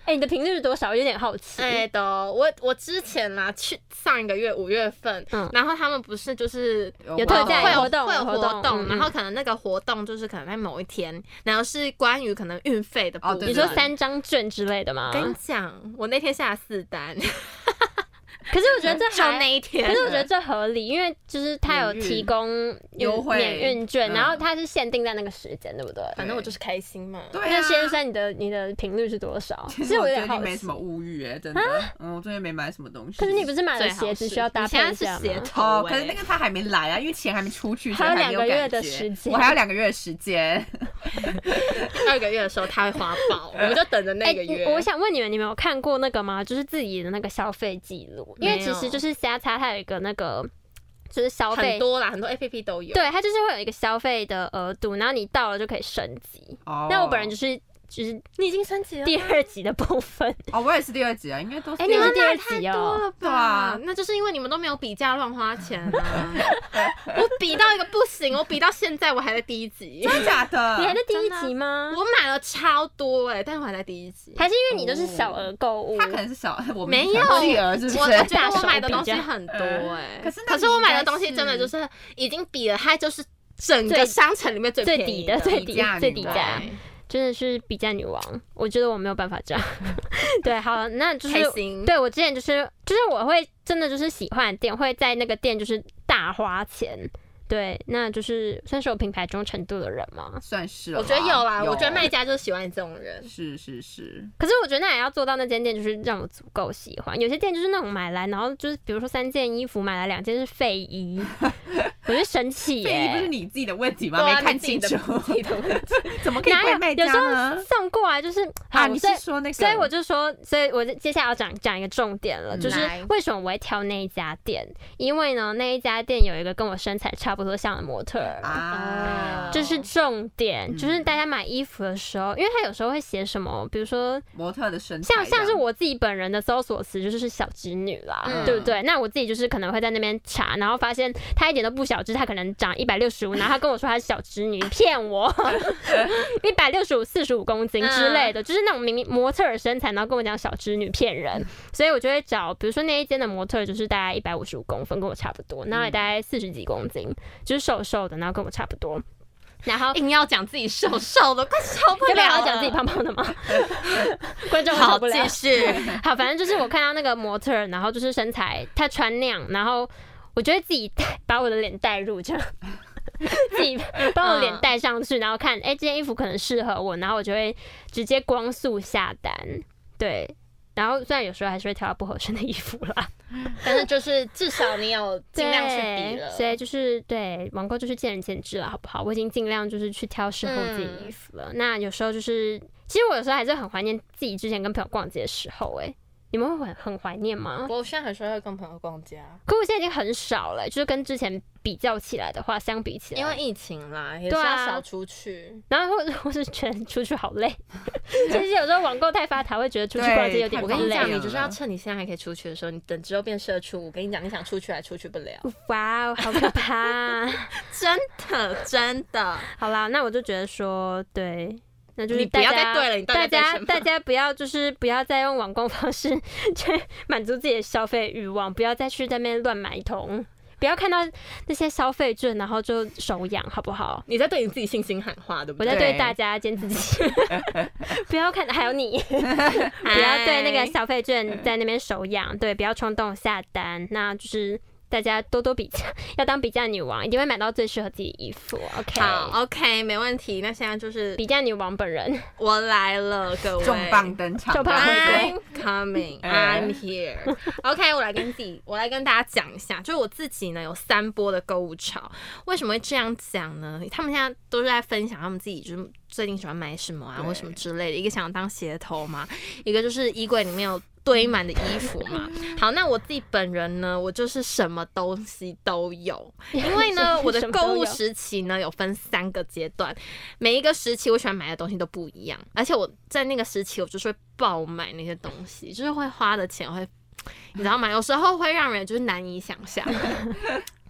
Speaker 3: 哎、你的频率是多少？我有点好奇。
Speaker 1: 哎的，我我之前啦，去上一个月五月份
Speaker 3: 嗯，
Speaker 1: 然后他们不是就是
Speaker 3: 有特
Speaker 1: 呃
Speaker 3: 价
Speaker 1: 会有
Speaker 3: 活动
Speaker 1: 会有
Speaker 3: 活动
Speaker 1: 活动，
Speaker 3: 嗯
Speaker 1: 然后可能那个活动就是可能在某一天，然后是关于可能运费的部
Speaker 2: 哦
Speaker 1: 分。
Speaker 2: 对
Speaker 3: 你说三张券之类的吗？
Speaker 1: 跟你讲，我那天下了四单，就
Speaker 3: 可是我觉得这还
Speaker 1: 那一天。
Speaker 3: 可是我觉得这合理，因为就是他有
Speaker 2: 啊免运
Speaker 3: 提供
Speaker 2: 优惠
Speaker 3: 免运券，
Speaker 2: 嗯
Speaker 3: 然后它是限定在那个时间，对不对？
Speaker 1: 反正我就是开心嘛。
Speaker 2: 对啊
Speaker 3: 那先，生，你的你的频率是多少？
Speaker 2: 其
Speaker 3: 是
Speaker 2: 实我最
Speaker 3: 有点好
Speaker 2: 近
Speaker 3: 奇。啊
Speaker 2: 没什么物欲哎，真的，嗯，我最近没买什么东西。
Speaker 3: 可是你不是买了
Speaker 1: 最好
Speaker 3: 鞋子
Speaker 1: 是
Speaker 3: 需要搭
Speaker 1: 你
Speaker 3: 配
Speaker 1: 现在
Speaker 3: 一
Speaker 1: 是
Speaker 3: 下
Speaker 1: 鞋
Speaker 3: 吗？
Speaker 1: 头
Speaker 2: 哦，
Speaker 1: 欸
Speaker 2: 可是那个他还没来啊，因为钱还没出去，
Speaker 3: 还有
Speaker 2: 所以没
Speaker 3: 两个月
Speaker 2: 感
Speaker 3: 的
Speaker 2: 觉
Speaker 3: 时间
Speaker 2: 我还有两个月的时间。
Speaker 1: 二个月的时候他会花爆，我们就等着那个
Speaker 3: 哎你
Speaker 1: 月。
Speaker 3: 我想问你们，你们有看过那个吗？就是自己的那个消费记录，因为
Speaker 1: 没
Speaker 3: 其
Speaker 1: 有
Speaker 3: 实就是瞎擦，它有一个那个就是消费
Speaker 1: 很，多啦，很多 A P P 都有。
Speaker 3: 对，它就是会有一个消费的额度，然后你到了就可以升级。
Speaker 2: 哦，
Speaker 3: 那我本人就是就是
Speaker 1: 你已经升级了
Speaker 3: 第二集的 部分，
Speaker 2: 哦，我也是第二集啊，应该都是
Speaker 3: 哎，
Speaker 2: 第
Speaker 3: 你
Speaker 2: 二
Speaker 3: 是
Speaker 2: 集。
Speaker 3: 第二
Speaker 1: 太
Speaker 3: 集
Speaker 1: 多
Speaker 3: 哦。
Speaker 1: 了
Speaker 2: 对啊
Speaker 1: 吧？那就是因为你们都没有比价乱花钱 啊！我比到一个不行，我比到现在我还在第一集，
Speaker 2: 真的假的？
Speaker 3: 你还在第一
Speaker 1: 真的啊
Speaker 3: 集吗？
Speaker 1: 我买了超多哎、但是我还在第一集。
Speaker 3: 还是因为你都是
Speaker 1: 哦
Speaker 3: 小额购物
Speaker 2: 他？可能是小， 我们
Speaker 1: 没
Speaker 2: 是小
Speaker 1: 有
Speaker 2: 巨额是不
Speaker 1: 我
Speaker 2: 是
Speaker 1: 我？觉得我买的东西很多哎、
Speaker 3: 嗯
Speaker 2: 可是那
Speaker 1: 可是
Speaker 2: 你
Speaker 1: 我
Speaker 2: 应该
Speaker 1: 买的东西真的就是已经比了，它就是整个商城里面最
Speaker 3: 最
Speaker 1: 便
Speaker 3: 底
Speaker 1: 宜
Speaker 3: 的最
Speaker 2: 比
Speaker 3: 底
Speaker 2: 价
Speaker 3: 最
Speaker 2: 女
Speaker 3: 底
Speaker 2: 王
Speaker 3: 价，真的是比价女王。我觉得我没有办法这样。 对，好，那就是
Speaker 1: 开心。
Speaker 3: 对我之前就是就是我会真的就是喜欢的店，会在那个店就是大花钱。对，那就是算是我品牌忠诚度的人 嘛。
Speaker 2: 算是了
Speaker 1: 我
Speaker 2: 吧，
Speaker 1: 觉得有啦，我觉得卖
Speaker 2: 卖
Speaker 1: 家就是喜欢这种人。
Speaker 2: 是是是，
Speaker 3: 可是我觉得那也要做到那间店就是让我足够喜欢。有些店就是那种买来，然后就是比如说三件衣服买来两件是废 衣，我就生气耶、
Speaker 2: 这不是你自己的问题吗？
Speaker 1: 对
Speaker 2: 没
Speaker 1: 啊
Speaker 2: 看
Speaker 1: 你自己
Speaker 2: 清
Speaker 1: 的
Speaker 2: 楚，
Speaker 1: 自己的问题
Speaker 2: 怎么可以
Speaker 3: 哪
Speaker 2: 怪
Speaker 3: 有
Speaker 2: 卖
Speaker 3: 有
Speaker 2: 家
Speaker 3: 时候
Speaker 2: 呢？
Speaker 3: 送过来就是好
Speaker 2: 啊，你是
Speaker 3: 所以
Speaker 2: 说那个？
Speaker 3: 所以我就说，所以我就接下来要讲讲一个重点了，
Speaker 2: 嗯
Speaker 3: 就是
Speaker 1: 来
Speaker 3: 为什么我会挑那一家店？因为呢，那一家店有一个跟我身材差不多像的模特儿，
Speaker 2: 啊，
Speaker 3: 这是重点。
Speaker 2: 嗯
Speaker 3: 就是大家买衣服的时候，因为他有时候会写什么，比如说
Speaker 2: 模特的身材这
Speaker 3: 像
Speaker 2: 样，
Speaker 3: 像是我自己本人的搜索词就是小侄女啦，
Speaker 1: 嗯
Speaker 3: 对不对？那我自己就是可能会在那边查，然后发现她一点点都不小只，它可能长一百六十五，然后他跟我说他是小织女，骗 我， 一百六十五四十五公斤
Speaker 2: 嗯
Speaker 3: 之类的，就是那种明明模特儿身材，然后跟我讲小织女骗
Speaker 2: 嗯
Speaker 3: 人，所以我就会找，比如说那一间的模特儿就是大概一百五十五公分，跟我差不多，
Speaker 2: 嗯
Speaker 3: 然后也大概四十几公斤，就是瘦瘦的，然后跟我差不多。然后
Speaker 5: 硬要讲自己瘦瘦的，快受不
Speaker 3: 要不要
Speaker 5: 了
Speaker 3: 好
Speaker 5: 了。
Speaker 3: 好讲自己胖胖的 吗？观众会受
Speaker 1: 好，
Speaker 3: 不了
Speaker 1: 继。续。
Speaker 3: 好，反正就是我看到那个模特儿，然后就是身材，她穿那样，然后我觉得自己带把我的脸带入，这样自己
Speaker 5: 嗯
Speaker 3: 把我脸带上去，然后看，哎、这件衣服可能适合我，然后我就会直接光速下单，对。然后虽然有时候还是会挑到不合身的衣服啦，
Speaker 5: 但是就是至少你有尽量去比了
Speaker 3: 对。所以就是对网购就是见仁见智了，好不好？我已经尽量就是去挑适合自己的衣服
Speaker 5: 嗯
Speaker 3: 了。那有时候就是，其实我有时候还是很怀念自己之前跟朋友逛街的时候、欸，哎，你们会很很怀念吗？
Speaker 5: 我现在很少会跟朋友逛街、啊，
Speaker 3: 可我现在已经很少了、就是跟之前比较起来的话，相比起来，
Speaker 5: 因为疫情啦，也是
Speaker 3: 对
Speaker 5: 要
Speaker 3: 啊
Speaker 5: 少出去。
Speaker 3: 然后或或是觉得出去好累， 其实有时候网购太发达，会觉得出去逛街有点
Speaker 2: 对
Speaker 5: 我
Speaker 3: 累。
Speaker 5: 跟你讲，
Speaker 2: 累
Speaker 5: 你
Speaker 2: 啊
Speaker 5: 就是要趁你现在还可以出去的时候，你等之后变社畜，我跟你讲，你想出去还出去不 了。
Speaker 3: 哇哦，好 可 怕！
Speaker 1: 真的，真的，
Speaker 3: 好啦，那我就觉得说，对，那就是
Speaker 5: 你不要
Speaker 3: 大
Speaker 5: 再
Speaker 3: 家
Speaker 5: 对了你到底在
Speaker 3: 大
Speaker 5: 对
Speaker 3: 家
Speaker 5: 什么
Speaker 3: 大家不要就是不要再用网购方式 去满足自己的消费欲望，不要再去在那边乱买一通，不要看到那些消费券然后就手痒，好不好？
Speaker 5: 你在对你自己信心喊话，对不
Speaker 3: 我
Speaker 5: 对？
Speaker 3: 在对
Speaker 2: 对
Speaker 3: 大家兼自己， 不要看，还有你，
Speaker 5: 哎
Speaker 3: 不要对那个消费券在那边手痒，对，不要冲动下单，那就是大家多多比价， 要当比价女王，一定会买到最适合自己的衣服。OK，
Speaker 1: 好，OK，没问题。那现在就是
Speaker 3: 比价女王本人，
Speaker 1: 我来了，各位。
Speaker 2: 重磅登场，
Speaker 3: 重磅回归
Speaker 1: I'm coming, I'm here. OK，我来跟自己，我来跟大家讲一下，就是我自己呢有三波的购物潮。为什么会这样讲呢？他们现在都是在分享他们自己就是最近喜欢买什么啊，
Speaker 2: 对
Speaker 1: 或什么之类的。一个想当鞋头嘛，一个就是衣柜里面有。堆满的衣服嘛，好，那我自己本人呢，我就是什么东西都有，因为呢，我的
Speaker 3: 什么都
Speaker 1: 购物
Speaker 3: 有
Speaker 1: 时期呢有分三个阶段，每一个时期我喜欢买的东西都不一样，而且我在那个时期我就是会爆买那些东西，就是会花的钱会，你知道吗？有时候会让人就是难以想 象，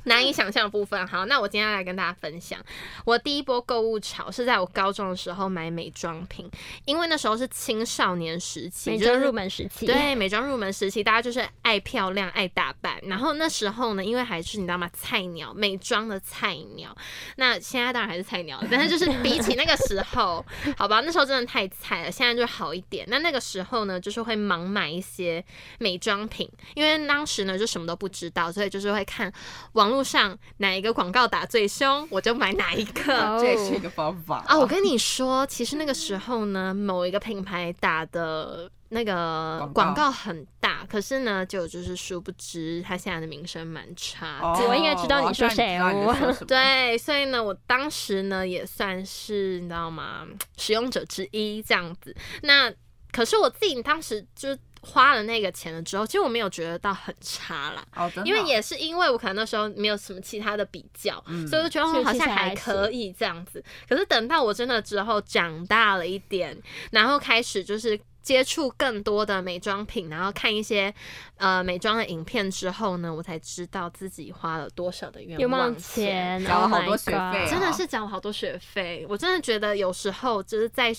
Speaker 1: 难以想象的部分。好，那我今天来跟大家分享，我第一波购物潮是在我高中的时候买美妆品，因为那时候是青少年时期，
Speaker 3: 美
Speaker 1: 就是
Speaker 3: 妆入门时期，
Speaker 1: 对，美妆入门时期，大家就是爱漂亮、爱打扮。然后那时候呢，因为还是你知道吗，菜鸟美妆的菜鸟。那现在当然还是菜鸟了，但是就是比起那个时候， 好吧，那时候真的太菜了，现在就好一点。那那个时候呢，就是会盲买一些美妆品，因为当时呢就什么都不知道，所以就是会看网络上哪一个广告打最凶，我就买哪一个。
Speaker 3: 哦，
Speaker 2: 这也是一个方法
Speaker 1: 啊，我跟你说，其实那个时候呢，某一个品牌打的那个
Speaker 2: 广
Speaker 1: 广
Speaker 2: 告
Speaker 1: 告很大，可是呢，就就是殊不知他现在的名声蛮差的。
Speaker 2: 哦
Speaker 3: 我应该知道你说谁哦
Speaker 2: 我好像知道你在说什么
Speaker 1: 对，所以呢，我当时呢也算是你知道吗，使用者之一这样子。那可是我自己当时就是花了那个钱了之后，其实我没有觉得到很差啦，
Speaker 2: 哦，真的哦
Speaker 1: 因为也是因为我可能那时候没有什么其他的比较，
Speaker 2: 嗯
Speaker 1: 所以我就觉得
Speaker 3: 所
Speaker 1: 哦
Speaker 3: 以
Speaker 1: 好
Speaker 3: 其实
Speaker 1: 像还
Speaker 3: 还
Speaker 1: 可以这样子。可是等到我真的之后长大了一点，然后开始就是。接触更多的美妆品，然后看一些呃美妆的影片之后呢，我才知道自己花了多少的冤
Speaker 3: 有
Speaker 1: 枉
Speaker 3: 忘钱，
Speaker 2: 交了
Speaker 3: Oh
Speaker 2: 好
Speaker 3: my
Speaker 2: 多学
Speaker 3: God
Speaker 2: 费
Speaker 1: 真的是缴了好多学费。我真的觉得有时候就是在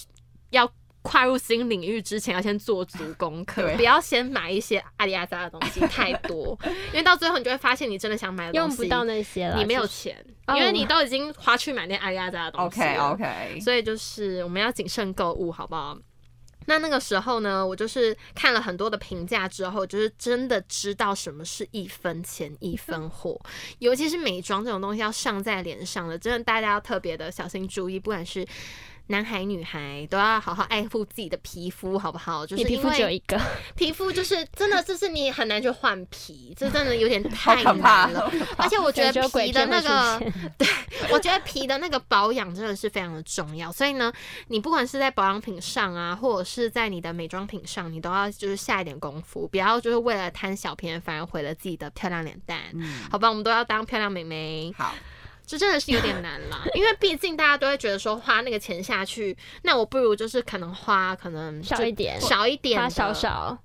Speaker 1: 要跨入新领域之前，要先做足功课，
Speaker 2: 对
Speaker 1: 不要先买一些阿里阿扎的东西太 多，因为到最后你就会发现你真的想买的东
Speaker 3: 用
Speaker 1: 西
Speaker 3: 不到那些了，
Speaker 1: 你没有
Speaker 3: 其实
Speaker 1: 钱，
Speaker 3: 哦
Speaker 1: 因为你都已经花去买那阿里阿扎的东西了。
Speaker 2: OK OK，
Speaker 1: 所以就是我们要谨慎购物，好不好？那那个时候呢，我就是看了很多的评价之后，就是真的知道什么是一分钱一分货，尤其是美妆这种东西要上在脸上的，真的大家要特别的小心注意，不管是男孩女孩都要好好爱护自己的皮肤，好不好？就是
Speaker 3: 你皮
Speaker 1: 因
Speaker 3: 肤只有
Speaker 1: 为
Speaker 3: 一个，
Speaker 1: 皮肤就是真的，就是你很难去换皮，这真的有点
Speaker 2: 好
Speaker 1: 太
Speaker 2: 可怕哦
Speaker 1: 难了。，而且我觉
Speaker 3: 只
Speaker 1: 得
Speaker 3: 有鬼
Speaker 1: 皮的
Speaker 3: 片
Speaker 1: 那
Speaker 3: 会出
Speaker 1: 个
Speaker 3: 现，
Speaker 1: 我觉得皮的那个保养真的是非常的重要，所以呢，你不管是在保养品上啊，或者是在你的美妆品上，你都要就是下一点功夫，不要就是为了贪小便宜反而毁了自己的漂亮脸蛋。
Speaker 2: 嗯，
Speaker 1: 好吧，我们都要当漂亮美眉，
Speaker 2: 好，
Speaker 1: 这真的是有点难啦，因为毕竟大家都会觉得说花那个钱下去，那我不如就是可能花可能就
Speaker 3: 少一点
Speaker 1: 少一点
Speaker 3: 花
Speaker 1: 的
Speaker 3: 少少，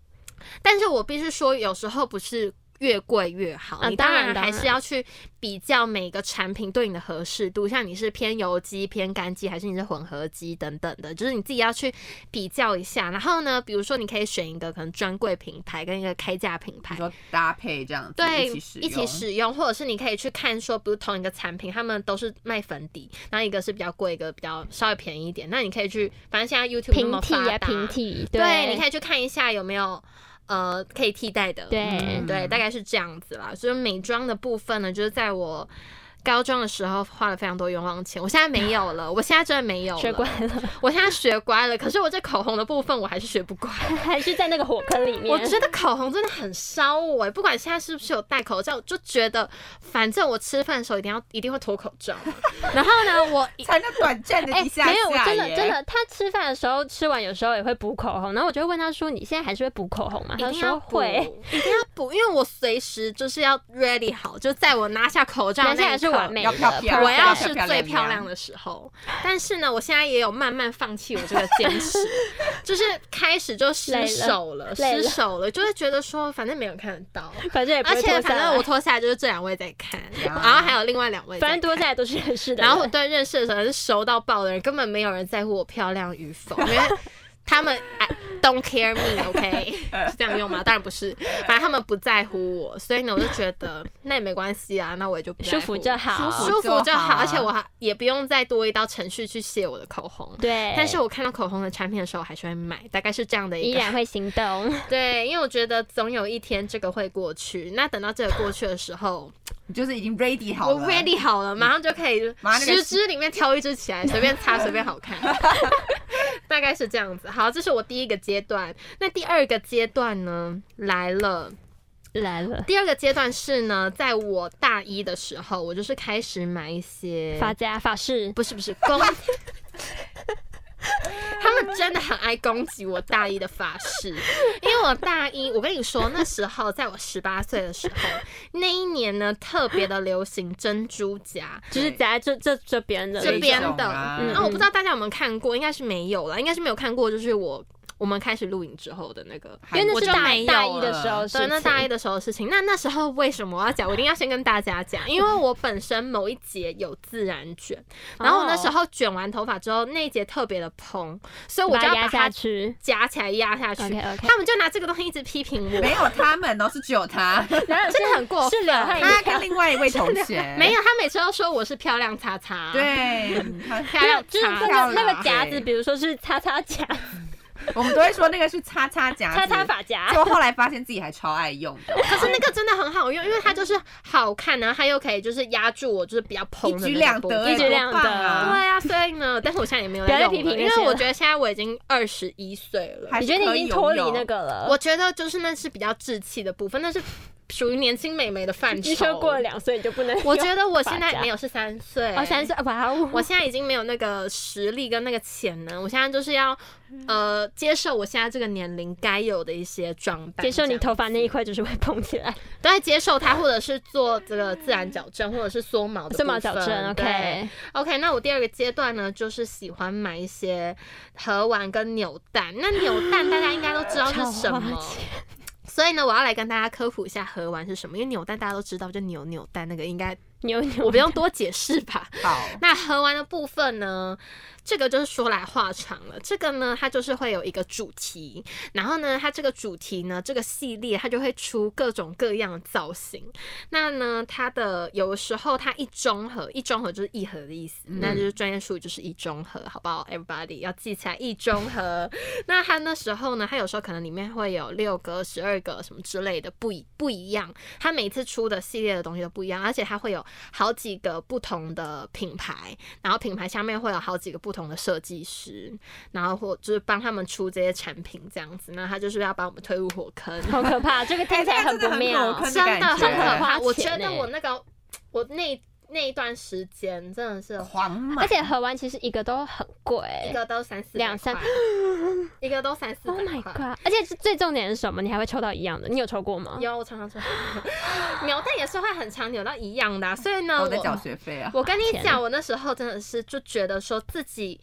Speaker 1: 但是我必须说，有时候不是越贵越好。
Speaker 3: 啊
Speaker 1: 你
Speaker 3: 当
Speaker 1: 当
Speaker 3: 然
Speaker 1: 然
Speaker 3: 当
Speaker 1: 还是
Speaker 3: 然
Speaker 1: 要去比较每个产品对你的合适度，像你是偏油肌、偏干肌，还是你是混合肌等等的，就是你自己要去比较一下。然后呢，比如说你可以选一个可能专柜品牌跟一个开价品
Speaker 2: 你
Speaker 1: 牌。
Speaker 2: 说搭配这样子，
Speaker 1: 对，
Speaker 2: 一起
Speaker 1: 一起
Speaker 2: 使
Speaker 1: 使用，或者是你可以去看说，比如同一个产品，他们都是卖粉底，然后一个是比较贵，一个比较稍微便宜一点。那你可以去，反正现在 YouTube 那
Speaker 3: 平
Speaker 1: 么
Speaker 3: 替
Speaker 1: 发达
Speaker 3: 啊，平替，
Speaker 1: 对， 你可以去看一下有没有呃可以替代的。
Speaker 3: 对
Speaker 1: 嗯对，大概是这样子啦。所以美妆的部分呢，就是在我高中的时候花了非常多冤枉钱，我现在没有 了，我现在真的没有了
Speaker 3: 学乖，了，
Speaker 1: 我现在学乖了。可是我这口红的部分我还是学不 乖。
Speaker 3: 还是在那个火坑里面。
Speaker 1: 我觉得口红真的很烧我、欸，不管现在是不是有戴口罩，我就觉得反正我吃饭的时候一定要一定会脱口 罩。然后呢，我一
Speaker 2: 才能短暂的
Speaker 3: 哎、
Speaker 2: 一下下
Speaker 3: 没有，真的
Speaker 2: 耶
Speaker 3: 真的，他吃饭的时候吃完，有时候也会补口红，然后我就会问他说：“你现在还是会补口红吗？”他
Speaker 1: 一
Speaker 3: 就
Speaker 1: 定
Speaker 3: 说
Speaker 1: 要补，
Speaker 3: 会，
Speaker 1: 一定要补，因为我随时就是要 ready 好，就在我拿下口罩
Speaker 3: 那
Speaker 1: 那
Speaker 3: 现在
Speaker 1: 一
Speaker 3: 是
Speaker 1: 刻
Speaker 3: 完美
Speaker 2: 要
Speaker 3: 的
Speaker 2: 漂漂
Speaker 3: perfect
Speaker 1: 我要
Speaker 2: 漂
Speaker 1: 是最漂亮的时候，但是呢，我现在也有慢慢放弃我这个坚持， 就是开始就失手了，
Speaker 3: 累了
Speaker 1: 失手了，就会觉得说反正没有人看得到，
Speaker 3: 反正也不
Speaker 1: 而
Speaker 3: 会脱
Speaker 1: 且
Speaker 3: 下
Speaker 1: 反
Speaker 3: 来
Speaker 1: 正我脱下来就是这两位在看，然
Speaker 2: 啊
Speaker 1: 后还有另外两位在
Speaker 3: 反
Speaker 1: 看，
Speaker 3: 正多下来都是认识的人。
Speaker 1: 然后我对认识的人是熟到爆的人，根本没有人在乎我漂亮与否，因 为他们 I don't care me，OK，、是这样用吗？当然不是，反正他们不在乎我，所以呢，我就觉得那也没关系啊，那我也就不在乎
Speaker 3: 舒服就好
Speaker 1: 舒服就好，
Speaker 2: 好
Speaker 1: 而且我还也不用再多一道程序去卸我的口红。
Speaker 3: 对，
Speaker 1: 但是我看到口红的产品的时候，我还是会买，大概是这样的
Speaker 3: 依
Speaker 1: 一个
Speaker 3: 然会行动。
Speaker 1: 对，因为我觉得总有一天这个会过去。那等到这个过去的时候，
Speaker 2: 你就是已经 ready 好
Speaker 1: 我
Speaker 2: 了
Speaker 1: ready 好了，马上就可以
Speaker 2: 马上那
Speaker 1: 十
Speaker 2: 个
Speaker 1: 支里面挑一支起来，随便 擦，随便好看， 大概是这样子。好，这是我第一个阶段。那第二个阶段呢来了，
Speaker 3: 来了，
Speaker 1: 第二个阶段是呢，在我大一的时候，我就是开始买一些
Speaker 3: 发夹发饰，
Speaker 1: 不是不是攻，他们真的很爱攻击我大一的发饰，因为我大一，我跟你说那时候在我十八岁的时候，那一年呢特别的流行珍珠夹。
Speaker 3: 就是夹这这这边的
Speaker 1: 这边
Speaker 2: 这种
Speaker 1: 的，
Speaker 2: 啊
Speaker 1: 嗯，那、我不知道大家有没有看过，应该是没有啦，应该是没有看过，就是我我们开始录影之后的那个，
Speaker 2: 因
Speaker 3: 因为那
Speaker 1: 我
Speaker 3: 是
Speaker 1: 就
Speaker 3: 大
Speaker 1: 没有
Speaker 3: 大一的
Speaker 1: 了
Speaker 3: 时候的事
Speaker 1: 对，
Speaker 3: 情，
Speaker 1: 那大一的时候的事情，那那时候为什么我要讲？我一定要先跟大家讲，因为我本身某一节有自然卷，然后我那
Speaker 3: 哦
Speaker 1: 时候卷完头发之后，那一节特别的蓬，所以我
Speaker 3: 把
Speaker 1: 就要
Speaker 3: 它压
Speaker 1: 把
Speaker 3: 下
Speaker 1: 它
Speaker 3: 去。
Speaker 1: 夹起来压下去。
Speaker 3: OK，OK
Speaker 1: 他们就拿这个东西一直批评我，
Speaker 2: 没有他们哦，是只有他，
Speaker 1: 真的很过分。
Speaker 3: 是两汉
Speaker 2: 他跟另外一位同学
Speaker 1: 没有，他每次都说我是漂亮叉
Speaker 3: 啊
Speaker 1: 叉，，
Speaker 2: 对，他
Speaker 1: 漂
Speaker 3: 没有
Speaker 1: 亮，
Speaker 3: 就是
Speaker 1: 叉
Speaker 3: 那
Speaker 1: 叉。
Speaker 3: 个那个夹子，比如说是擦 擦夹、
Speaker 2: 我们都会说那个是叉叉夹子，
Speaker 3: 擦擦发夹
Speaker 2: 结，果后来发现自己还超爱用的，
Speaker 1: 可是那个真的很好用，因为它就是好看，然后它又可以就是压住我，就是比较蓬
Speaker 2: 一
Speaker 1: 的那
Speaker 2: 举
Speaker 1: 个
Speaker 2: 两
Speaker 1: 部
Speaker 2: 得，
Speaker 1: 分
Speaker 2: 哎
Speaker 3: 一举两
Speaker 2: 多棒啊！
Speaker 1: 对啊，所以呢，但是我现在也没有
Speaker 3: 不
Speaker 1: 在
Speaker 3: 要再
Speaker 1: 用了
Speaker 3: 批评那
Speaker 1: 因
Speaker 3: 些
Speaker 1: 为我
Speaker 3: 了
Speaker 1: 觉得现在我已经二十一岁了，
Speaker 2: 还
Speaker 3: 你
Speaker 2: 是
Speaker 3: 觉得
Speaker 2: 可
Speaker 3: 你已
Speaker 2: 以
Speaker 3: 经脱离
Speaker 2: 拥有
Speaker 3: 那个了？
Speaker 1: 我觉得就是那是比较稚气的部分，那是属于年轻美眉的范畴。
Speaker 3: 据说过了两岁你就不能用。
Speaker 1: 我觉得我现
Speaker 3: 发
Speaker 1: 在
Speaker 3: 夹
Speaker 1: 没有是三岁，
Speaker 3: 哦，三岁，哇哦，
Speaker 1: 我现在已经没有那个实力跟那个潜能，我现在就是要呃接受我现在这个年龄该有的一些装扮，
Speaker 3: 接受你
Speaker 1: 这样
Speaker 3: 头发那一块就是会蓬起 来，
Speaker 1: 都在接受它，或者是做这个自然矫正，或者是缩毛的
Speaker 3: 这么
Speaker 1: 部
Speaker 3: 矫
Speaker 1: 分
Speaker 3: 正
Speaker 1: 对
Speaker 3: ，OK，
Speaker 1: OK，那我第二个阶段呢，就是喜欢买一些盒碗跟扭蛋。那扭蛋大家应该都知道是啊什
Speaker 3: 超
Speaker 1: 么
Speaker 3: 花，
Speaker 1: 所以呢，我要来跟大家科普一下盒碗是什么，因为扭蛋大家都知道，就扭扭蛋那个应该
Speaker 3: 扭 扭，
Speaker 1: 我不用多解释吧。
Speaker 2: 好，
Speaker 1: 那盒玩的部分呢，这个就是说来话长了。这个呢，它就是会有一个主题，然后呢，它这个主题呢，这个系列它就会出各种各样的造型。那呢，它的有的时候它一中和，一中和就是一盒的意思，那就是专业术语就是一中和，好不好？Everybody 要记起来一中和。 那它那时候呢，它有时候可能里面会有六个、十二个什么之类的，不一不一样。它每次出的系列的东西都不一样，而且它会有好几个不同的品牌，然后品牌下面会有好几个不同的设计师，然后或就是帮他们出这些产品这样子。那他就是要把我们推入火坑，
Speaker 3: 好可怕，这个听起来很不妙。啊
Speaker 2: 哎这个
Speaker 1: 真的很可怕。
Speaker 3: 很
Speaker 1: 我
Speaker 3: 花
Speaker 1: 觉
Speaker 3: 钱
Speaker 1: 得
Speaker 3: 欸
Speaker 1: 我那个我那那一段时间真的是
Speaker 2: 狂买，
Speaker 3: 而且盒玩其实一个都很
Speaker 1: 一
Speaker 3: 贵
Speaker 1: 个都三四百
Speaker 3: 两三
Speaker 1: 块，一个都三四
Speaker 3: ，Oh
Speaker 1: 百
Speaker 3: my
Speaker 1: 块。
Speaker 3: god！而且是最重点是什么？你还会抽到一样的，你有抽过吗？
Speaker 1: 有，我常常说 扭蛋也是会很常扭到一样的啊、所以呢，
Speaker 2: 我
Speaker 1: 我
Speaker 2: 在缴学费啊，
Speaker 1: 我跟你
Speaker 3: 天哪
Speaker 1: 讲，我那时候真的是就觉得说自己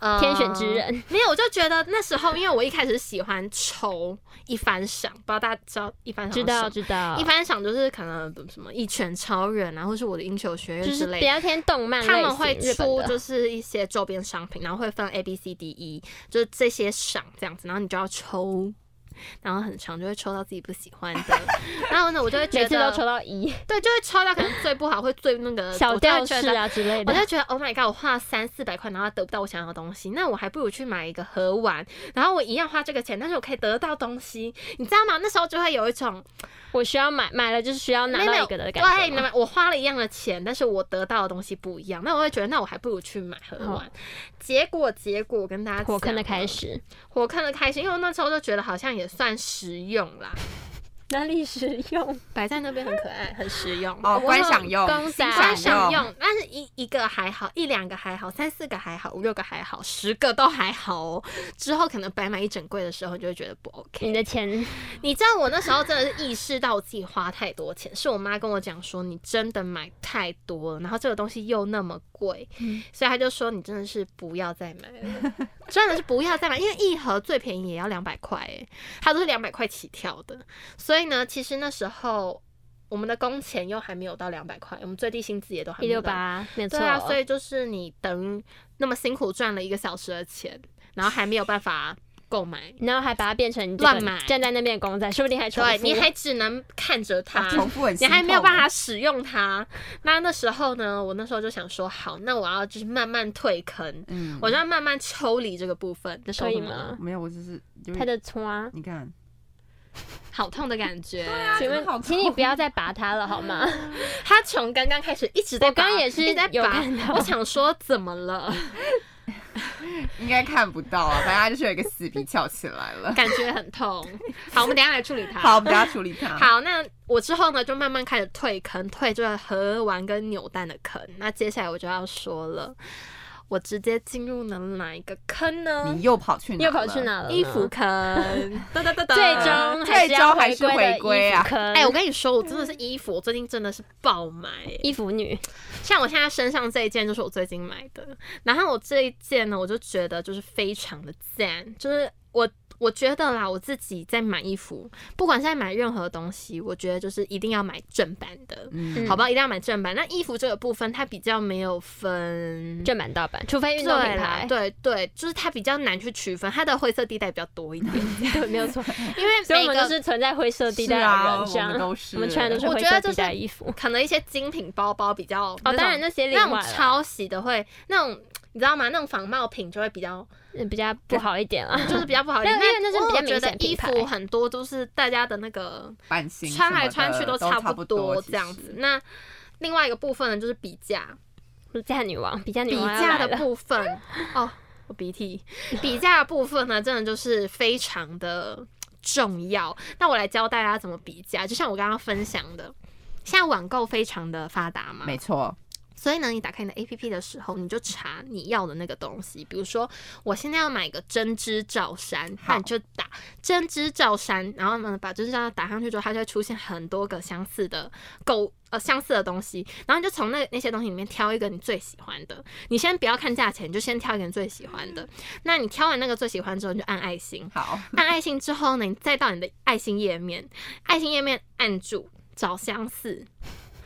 Speaker 1: 呃
Speaker 3: 天选之人，
Speaker 1: 没有，我就觉得那时候，因为我一开始喜欢抽一番赏，不知道大家知道一番赏哦是
Speaker 3: 知
Speaker 1: 什
Speaker 3: 道
Speaker 1: 么
Speaker 3: 知道
Speaker 1: 一，般想就是可能什么一拳超人啊，或是我的英雄学院
Speaker 3: 就
Speaker 1: 之
Speaker 3: 是
Speaker 1: 类
Speaker 3: 比
Speaker 1: 的。
Speaker 3: 较偏动漫类型，
Speaker 1: 他们会
Speaker 3: 日本
Speaker 1: 出
Speaker 3: 的
Speaker 1: 就是一些周边商品，然后会分 A B C D E，就是这些赏这样子，然后你就要抽，然后很长就会抽到自己不喜欢的， 然后呢我就会觉得
Speaker 3: 每次都抽到一
Speaker 1: 对，就会抽到可能最不好或最那个
Speaker 3: 小
Speaker 1: 我就会
Speaker 3: 吊
Speaker 1: 觉
Speaker 3: 饰
Speaker 1: 得
Speaker 3: 啊之类
Speaker 1: 我
Speaker 3: 的，
Speaker 1: 就觉得 Oh my god，我花了三四百块，然后得不到我想要的东西，那我还不如去买一个盒玩，然后我一样花这个钱，但是我可以得到东西，你知道吗？那时候就会有一种
Speaker 3: 我需要买买了就是需要拿
Speaker 1: 没
Speaker 3: 到
Speaker 1: 有
Speaker 3: 一个的感
Speaker 1: 对，
Speaker 3: 觉
Speaker 1: 那
Speaker 3: 吗。
Speaker 1: 么我花了一样的钱，但是我得到的东西不一样，那我会觉得，那我还不如去买盒玩。
Speaker 3: 哦
Speaker 1: 结果，结果我跟大家
Speaker 3: 火坑的
Speaker 1: 讲
Speaker 3: 开
Speaker 1: 了，
Speaker 3: 始，
Speaker 1: 火坑的开始，因为我那时候就觉得好像也算实用啦，
Speaker 3: 哪里实用？
Speaker 1: 摆在那边很可爱，很实用。
Speaker 2: 哦，观赏用，
Speaker 3: 公啊仔
Speaker 1: 观
Speaker 2: 观
Speaker 1: 赏
Speaker 2: 赏用，
Speaker 1: 用，但是一一个还好，一两个还好，三四个还好，五六个还好，十个都还好哦。之后可能摆满一整柜的时候，你就会觉得不 OK。
Speaker 3: 你的钱
Speaker 1: 你知道我那时候真的是意识到我自己花太多钱，是我妈跟我讲说你真的买太多了，然后这个东西又那么贵，
Speaker 3: 嗯
Speaker 1: 所以她就说你真的是不要再买了， 真的是不要再买，因为一盒最便宜也要两百块，哎，它都是两百块起跳的，所以呢，其实那时候。我们的工钱又还没有到两百块，我们最低薪资也都还
Speaker 3: 一
Speaker 1: 没有
Speaker 3: 六
Speaker 1: 到
Speaker 3: 八，没错。
Speaker 1: 对啊，所以就是你等于那么辛苦赚了一个小时的钱，然后还没有办法购买，
Speaker 3: 然后还把它变成你这
Speaker 1: 乱
Speaker 3: 个
Speaker 1: 买
Speaker 3: 站在那边的公仔，说不定还重
Speaker 1: 对，
Speaker 3: 复
Speaker 1: 你还只能看着它。
Speaker 2: 重复很
Speaker 1: 你
Speaker 2: 心
Speaker 1: 还没有
Speaker 2: 痛
Speaker 1: 办法使用它，那那时候呢？我那时候就想说，好，那我要就是慢慢退坑，
Speaker 2: 嗯，
Speaker 1: 我就要慢慢抽离这个部分。你
Speaker 3: 可
Speaker 1: 手
Speaker 3: 以
Speaker 1: 怎么了？
Speaker 3: 吗？
Speaker 2: 没有，我只是有
Speaker 3: 他
Speaker 2: 点，
Speaker 3: 的葱啊，
Speaker 2: 你看，
Speaker 1: 好痛的感觉。
Speaker 3: 请
Speaker 2: 真的好
Speaker 3: 问，
Speaker 2: 痛啊
Speaker 3: 请你不要再拔它了好吗？
Speaker 1: 他从刚刚开始一直在
Speaker 3: 我
Speaker 1: 拔，
Speaker 3: 刚也是
Speaker 1: 一直在
Speaker 3: 有
Speaker 1: 拔
Speaker 3: 看到。
Speaker 1: 我想说，怎么了？
Speaker 2: 应该看不到啊，反正它就是有一个死皮翘起来了。
Speaker 1: 感觉很痛。 好，我们等一下来处理它。
Speaker 2: 好，我们等下处理它。，
Speaker 1: 好，那我之后呢，就慢慢开始退坑，退这个盒玩跟扭蛋的坑。那接下来我就要说了，我直接进入了哪一个坑呢
Speaker 2: 你？又跑去哪？
Speaker 3: 又跑去？哪了呢？
Speaker 1: 衣服 坑，噔噔噔噔
Speaker 3: 最终
Speaker 2: 最终还是
Speaker 3: 是要
Speaker 2: 回归啊
Speaker 3: 的衣服坑
Speaker 1: 哎、我跟你说，我真的是衣服，我最近真的是爆买耶、
Speaker 3: 衣服女，
Speaker 1: 像我现在身上这一件就是我最近买的，然后我这一件呢，我就觉得就是非常的赞，就是我我觉得啦，我自己在买衣服，不管是在买任何东西，我觉得就是一定要买正版的，
Speaker 2: 嗯，
Speaker 1: 好吧，一定要买正版。那衣服这个部分，它比较没有分。
Speaker 3: 正版盗版，除非运
Speaker 1: 对
Speaker 3: 动品
Speaker 1: 啦
Speaker 3: 牌，
Speaker 1: 对对，就是它比较难去区分，它的灰色地带比较多一点，
Speaker 3: 对，没 有错。
Speaker 1: 因为
Speaker 3: 所以
Speaker 1: 每
Speaker 3: 我们
Speaker 1: 个
Speaker 3: 都是存在灰色地带
Speaker 2: 是啊
Speaker 3: 的人，这
Speaker 2: 我
Speaker 3: 样
Speaker 2: 们都是
Speaker 3: 我们穿的都是
Speaker 1: 我
Speaker 3: 灰
Speaker 1: 觉得
Speaker 3: 色
Speaker 1: 就
Speaker 3: 地
Speaker 1: 是
Speaker 3: 带的衣服。
Speaker 1: 可能一些精品包包比较哦
Speaker 3: 哦，当然那些另
Speaker 1: 那
Speaker 3: 外
Speaker 1: 种
Speaker 3: 啦
Speaker 1: 抄袭的会那种你知道吗？那种仿冒品就会比较
Speaker 3: 嗯比较不好一点啦。
Speaker 1: 就是比较不好一点。
Speaker 3: 但因为那是比
Speaker 1: 我觉
Speaker 3: 较明显
Speaker 1: 得
Speaker 3: 的
Speaker 1: 衣
Speaker 3: 品牌
Speaker 1: 服很多都是大家的那个
Speaker 2: 版型
Speaker 1: 穿来
Speaker 2: 什么的
Speaker 1: 穿去
Speaker 2: 都
Speaker 1: 差
Speaker 2: 不
Speaker 1: 多
Speaker 2: 其
Speaker 1: 这样
Speaker 2: 实
Speaker 1: 子。那另外一个部分呢，就是比价，
Speaker 3: 比价女王，比价女
Speaker 1: 比
Speaker 3: 王要
Speaker 1: 价
Speaker 3: 来
Speaker 1: 的
Speaker 3: 了
Speaker 1: 部分哦，我鼻涕，比价的部分呢，真的就是非常的重要。那我来教大家怎么比价，就像我刚刚分享的，现在网购非常的发达嘛，
Speaker 2: 没错，
Speaker 1: 所以呢，你打开你的 APP 的时候，你就查你要的那个东西。比如说，我现在要买个针织罩衫，那你就打针织罩衫，然后呢，把针织罩衫打上去之后，它就会出现很多个相似的购呃相似的东西，然后你就从那那些东西里面挑一个你最喜欢的。你先不要看价钱，你就先挑一个你最喜欢的。那你挑完那个最喜欢之后，你就按爱心，
Speaker 2: 好，
Speaker 1: 按爱心之后呢，你再到你的爱心页面，爱心页面按住找相似，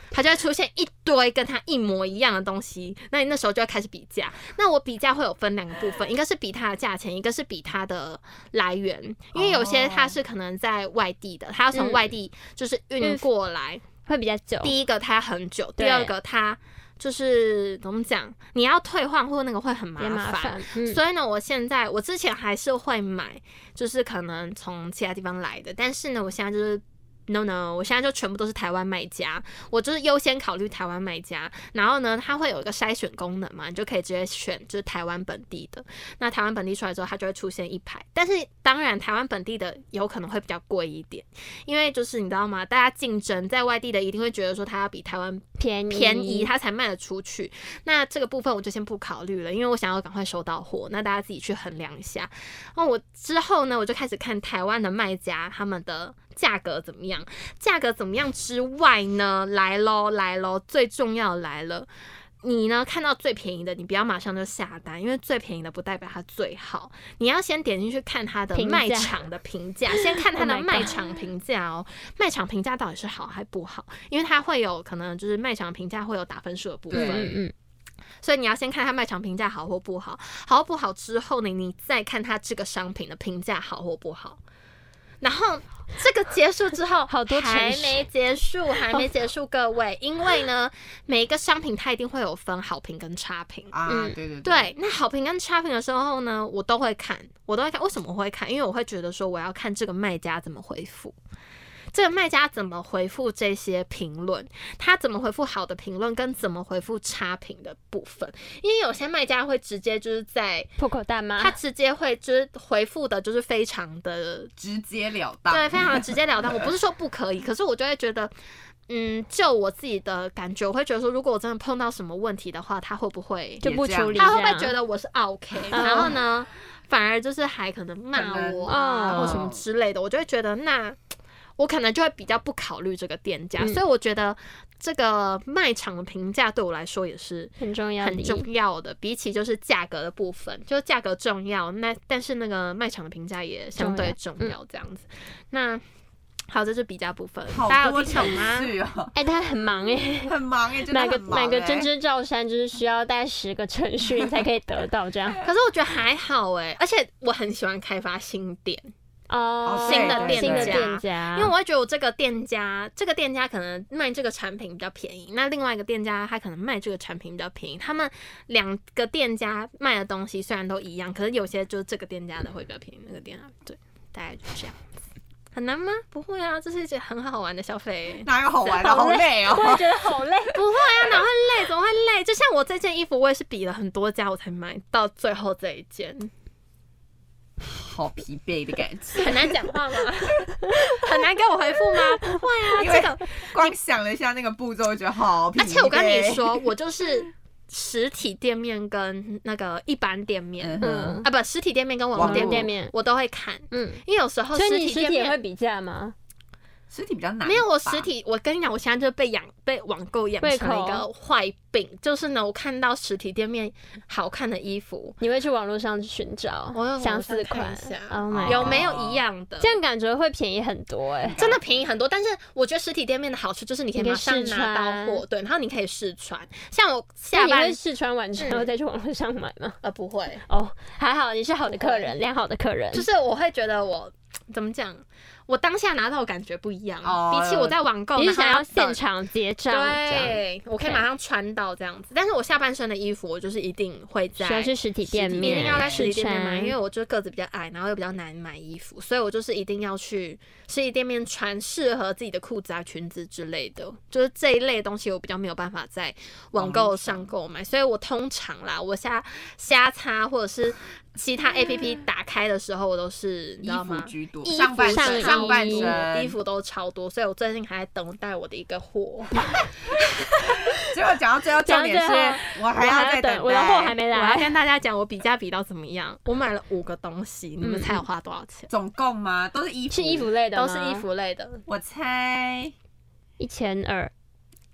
Speaker 1: 它就会出现一堆跟它一模一样的东西。那你那时候就要开始比价。那我比价会有分两个部分，一个是比它的价钱，一个是比它的来源，因为有些它是可能在外地的，它要从
Speaker 3: 哦嗯
Speaker 1: 外地就是运
Speaker 3: 运
Speaker 1: 过来。
Speaker 3: 会比较久，
Speaker 1: 第一个它很久，第
Speaker 3: 对
Speaker 1: 二个它就是怎么讲，你要退换货那个会很
Speaker 3: 也麻烦。嗯，
Speaker 1: 所以呢，我现在我之前还是会买，就是可能从其他地方来的，但是呢，我现在就是 no no，我现在就全部都是台湾卖家，我就是优先考虑台湾卖家。然后呢，它会有一个筛选功能嘛，你就可以直接选就是台湾本地的。那台湾本地出来之后，它就会出现一排，但是当然台湾本地的有可能会比较贵一点，因为就是你知道吗？大家竞争在外地的一定会觉得说它要比台湾
Speaker 3: 便宜
Speaker 1: 便宜，它才卖得出去。那这个部分我就先不考虑了，因为我想要赶快收到货。那大家自己去衡量一下。那我之后呢，我就开始看台湾的卖家他们的价格怎么样，价格怎么样之外呢，来喽来喽，最重要的来了。你呢看到最便宜的，你不要马上就下单，因为最便宜的不代表它最好，你要先点进去看它的
Speaker 3: 评价
Speaker 1: 卖场的评价，先看它
Speaker 3: Oh
Speaker 1: 的
Speaker 3: my
Speaker 1: 卖
Speaker 3: God
Speaker 1: 场评价哦，卖场评价到底是好还不好，因为它会有可能就是卖场评价会有打分数的部
Speaker 2: 对
Speaker 1: 分，
Speaker 3: 嗯嗯，
Speaker 1: 所以你要先看它卖场评价好或不好，好不好之后呢，你再看它这个商品的评价好或不好。然后这个结束之后，
Speaker 3: 好多程式
Speaker 1: 还没结束，还没结束，各位，因为呢， 每一个商品它一定会有分好评跟差评。
Speaker 2: 啊，
Speaker 3: 嗯
Speaker 2: 对对，
Speaker 1: 对，那好评跟差评的时候呢，我都会看，我都会看。为什么会看？因为我会觉得说，我要看这个卖家怎么回复，这个卖家怎么回复这些评论，他怎么回复好的评论，跟怎么回复差评的部分。因为有些卖家会直接就是在，
Speaker 3: 破口大骂
Speaker 1: 他，直接会就是回复的，就是非常的
Speaker 2: 直截了当，
Speaker 1: 对，非 常的直截了当。我不是说不可以，可是我就会觉得，嗯，就我自己的感觉，我会觉得说，如果我真的碰到什么问题的话，他会不会
Speaker 3: 就不处理这样，
Speaker 1: 他会不会觉得我是 OK？
Speaker 3: 嗯
Speaker 1: 然后呢，反而就是还可能骂我啊，
Speaker 3: 嗯
Speaker 1: 或什么之类的，我就会觉得那我可能就会比较不考虑这个店家，
Speaker 3: 嗯
Speaker 1: 所以我觉得这个卖场的评价对我来说也是。
Speaker 3: 很重要的
Speaker 1: 很
Speaker 3: 一，
Speaker 1: 重要的，比起就是价格的部分，就是价格重要，那但是那个卖场的评价也相对重
Speaker 3: 重要
Speaker 1: 要，这样子。那好，这是比价部分，
Speaker 2: 好
Speaker 1: 大家有
Speaker 2: 多
Speaker 1: 听懂
Speaker 2: 程
Speaker 1: 吗？
Speaker 2: 序哦，
Speaker 3: 哎，他很忙哎。
Speaker 2: 很忙哎，真的
Speaker 3: 买个
Speaker 2: 很忙
Speaker 3: 买个
Speaker 2: 哎
Speaker 3: 针织罩衫，就是需要大概十个程序，你才可以得到这样
Speaker 1: 可是我觉得还好哎、而且我很喜欢开发新店，
Speaker 3: 哦。
Speaker 2: 新的
Speaker 3: 对新
Speaker 2: 店
Speaker 3: 的
Speaker 2: 家。
Speaker 3: 店家，
Speaker 1: 因为我会觉得我这个店家，这个店家可能卖这个产品比较便宜，那另外一个店家他可能卖这个产品比较便宜。他们两个店家卖的东西虽然都一样，可是有些就是这个店家的会比较便宜，那个店家对，大概就这样子。很难吗？不会啊，这是一件很好玩的消费
Speaker 2: 哪有好玩的，好累哦。
Speaker 3: 我也觉得好累，
Speaker 1: 不会啊，哪会累？怎么会累？就像我这件衣服，我也是比了很多家我才买到最后这一件。
Speaker 2: 好疲惫的感觉，
Speaker 1: 很难讲话吗？很难给我回复吗？不会啊，
Speaker 2: 因
Speaker 1: 这
Speaker 2: 为
Speaker 1: 个
Speaker 2: 光想了一下那个步骤，我觉得好疲惫。
Speaker 1: 而哎且我跟你，说，我就是实体店面跟那个一般店面、
Speaker 2: 嗯哼，
Speaker 1: 啊，不，实体店面跟网
Speaker 2: 网
Speaker 1: 络
Speaker 2: 络
Speaker 1: 店
Speaker 3: 店
Speaker 1: 面
Speaker 3: 面，
Speaker 1: 我都会看，
Speaker 3: 嗯，
Speaker 1: 因为有时候
Speaker 3: 所
Speaker 1: 实
Speaker 3: 以你
Speaker 1: 体
Speaker 3: 实
Speaker 1: 店
Speaker 3: 体也会
Speaker 1: 面。
Speaker 3: 比价吗？
Speaker 2: 实体比较难吧，
Speaker 1: 没有，我实体，我跟你讲，我现在就被养被网购养
Speaker 3: 胃
Speaker 1: 成了一
Speaker 3: 口
Speaker 1: 个坏病，就是呢，我看到实体店面好看的衣服，
Speaker 3: 你会去网络上寻找
Speaker 1: 我有网
Speaker 3: 相似
Speaker 1: 上看
Speaker 3: 款
Speaker 1: 一下哦
Speaker 3: ？Oh my，
Speaker 1: 有
Speaker 3: god
Speaker 1: 没有一样的？
Speaker 3: 这样感觉会便宜很多哎。
Speaker 1: 真的便宜很多，但是我觉得实体店面的好处就是你可以
Speaker 3: 你可以
Speaker 1: 马上
Speaker 3: 试
Speaker 1: 拿到
Speaker 3: 穿
Speaker 1: 货，对，然后你可以试穿。像我
Speaker 3: 那
Speaker 1: 下
Speaker 3: 你会
Speaker 1: 班
Speaker 3: 试穿完之后
Speaker 1: 嗯
Speaker 3: 再去网络上买吗？
Speaker 1: 呃不会，
Speaker 3: 哦，还好你是好的客人，良好的客人，
Speaker 1: 就是我会觉得我怎么讲，我当下拿到的感觉不一样，
Speaker 2: 哦
Speaker 1: 比起我在网购，
Speaker 3: 你是
Speaker 1: 然后
Speaker 3: 想要现
Speaker 1: 等。
Speaker 3: 场结账，这样
Speaker 1: 对，我可以马上穿到这样子，但是我下半身的衣服，我就是一定会在
Speaker 3: 需要去实体店
Speaker 1: 一定要
Speaker 3: 面
Speaker 1: 在实
Speaker 3: 试
Speaker 1: 体店面买，
Speaker 3: 穿
Speaker 1: 因为。我就是个子比较矮，然后又比较难买衣服，所以我就是一定要去实体店面穿适合自己的裤子啊、裙子之类的，就是这一类的东西我比较没有办法在网购上购买，所以我通常啦，我瞎瞎擦或者是其他 A P P 打开的时候，我都是你
Speaker 2: 衣
Speaker 1: 知道
Speaker 2: 服
Speaker 1: 吗？
Speaker 2: 居多，
Speaker 1: 衣服
Speaker 2: 上半身
Speaker 3: 上
Speaker 2: 上半
Speaker 3: 衣
Speaker 2: 身
Speaker 1: 衣，服都超多，所以我最近还在等待我的一个货，
Speaker 2: 结果讲到最后重点
Speaker 3: 讲到
Speaker 2: 是，我
Speaker 3: 我
Speaker 2: 还要
Speaker 3: 还
Speaker 2: 再
Speaker 3: 要等，
Speaker 2: 等，
Speaker 3: 我的货还。没
Speaker 1: 我要
Speaker 3: 来，
Speaker 1: 跟大家讲我比价比到怎么样，我买了五个东西，你们猜我花多少钱？
Speaker 2: 总共吗？都是衣服，
Speaker 3: 是衣服。类的
Speaker 1: 都
Speaker 3: 吗
Speaker 1: 是衣，服类的，
Speaker 2: 我猜
Speaker 3: 一千二，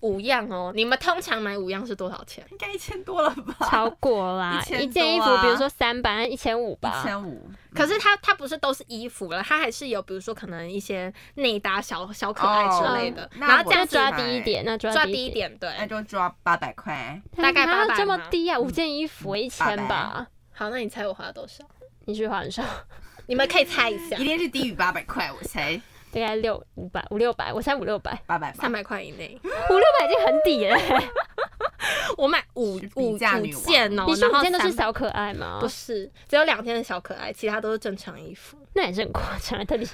Speaker 1: 五样哦。你们通常买五样是多少钱？
Speaker 2: 应该一千多了 吧，，
Speaker 3: 超过啦
Speaker 2: 一千多啊
Speaker 3: 一件衣服，比如说三百，一千五
Speaker 2: 一
Speaker 3: 吧，
Speaker 2: 千五。
Speaker 1: 可是它它不是都是衣服了，它还是有比如说可能一些内搭小小可爱之类的
Speaker 2: 哦，那
Speaker 1: 然后这
Speaker 3: 那
Speaker 1: 样子
Speaker 3: 抓低一点，那
Speaker 1: 抓
Speaker 3: 抓
Speaker 1: 低一
Speaker 3: 点，
Speaker 1: 点，对。
Speaker 2: 那就抓八百块，
Speaker 1: 大概
Speaker 3: 哪有
Speaker 1: 800
Speaker 3: 这么
Speaker 1: 吗
Speaker 3: 低啊？五件衣服一千
Speaker 2: 800
Speaker 3: 吧，
Speaker 1: 好，那你猜我花了多少？
Speaker 3: 你去换上，
Speaker 1: 你们可以猜一下
Speaker 2: 一，定是低于八百块，我猜
Speaker 3: 大概六五百五六百，我猜五六百，
Speaker 2: 八百吧
Speaker 1: 三。百块以 内。
Speaker 3: 五六百已经很抵了。
Speaker 1: 我买五
Speaker 2: 是
Speaker 1: 五
Speaker 2: 平价
Speaker 1: 五
Speaker 2: 女王
Speaker 1: 件哦，
Speaker 3: 你说
Speaker 1: 然
Speaker 3: 五
Speaker 1: 后
Speaker 3: 件都是
Speaker 1: 300
Speaker 3: 小可爱吗
Speaker 1: 不？是，只有两件是小可爱，其他都是正常衣服。
Speaker 3: 那也是很夸张，到 底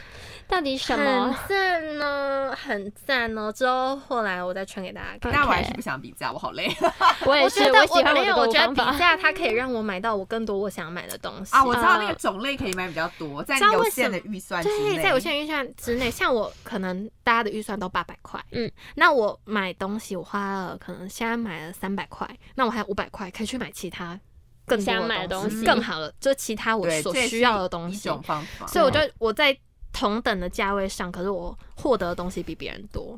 Speaker 3: 到底什么？
Speaker 1: 很赞呢，很赞呢。之后后来我再穿给大家看。
Speaker 3: 嗯
Speaker 2: 但我还
Speaker 3: OK
Speaker 2: 是不想比价，我好累
Speaker 3: 我也
Speaker 1: 我
Speaker 3: 是，
Speaker 1: 觉得
Speaker 3: 喜欢
Speaker 1: 没有，
Speaker 3: 我
Speaker 1: 我
Speaker 3: 的购物
Speaker 1: 觉得比
Speaker 3: 方法。
Speaker 1: 价它可以让我买到我更多我想买的东西
Speaker 2: 啊！我知道那个种类可以买比较多，在
Speaker 1: 知道
Speaker 2: 有
Speaker 1: 为什
Speaker 2: 限的
Speaker 1: 么
Speaker 2: 预算之内。
Speaker 1: 对，在有限预算之内，像我可能大家的预算都八百块，
Speaker 3: 嗯
Speaker 1: 嗯，那我买东西我花了，可能现在买了三百块，那我还有五百块可以去买其他更多
Speaker 3: 想买的
Speaker 1: 东
Speaker 3: 东西
Speaker 1: 更好的，就是其他我
Speaker 2: 对
Speaker 1: 所
Speaker 2: 这也
Speaker 1: 需
Speaker 2: 是
Speaker 1: 要的东
Speaker 2: 一
Speaker 1: 西。
Speaker 2: 种方法。
Speaker 1: 所以我就我在同等的价位上，可是我获得的东西比别人多，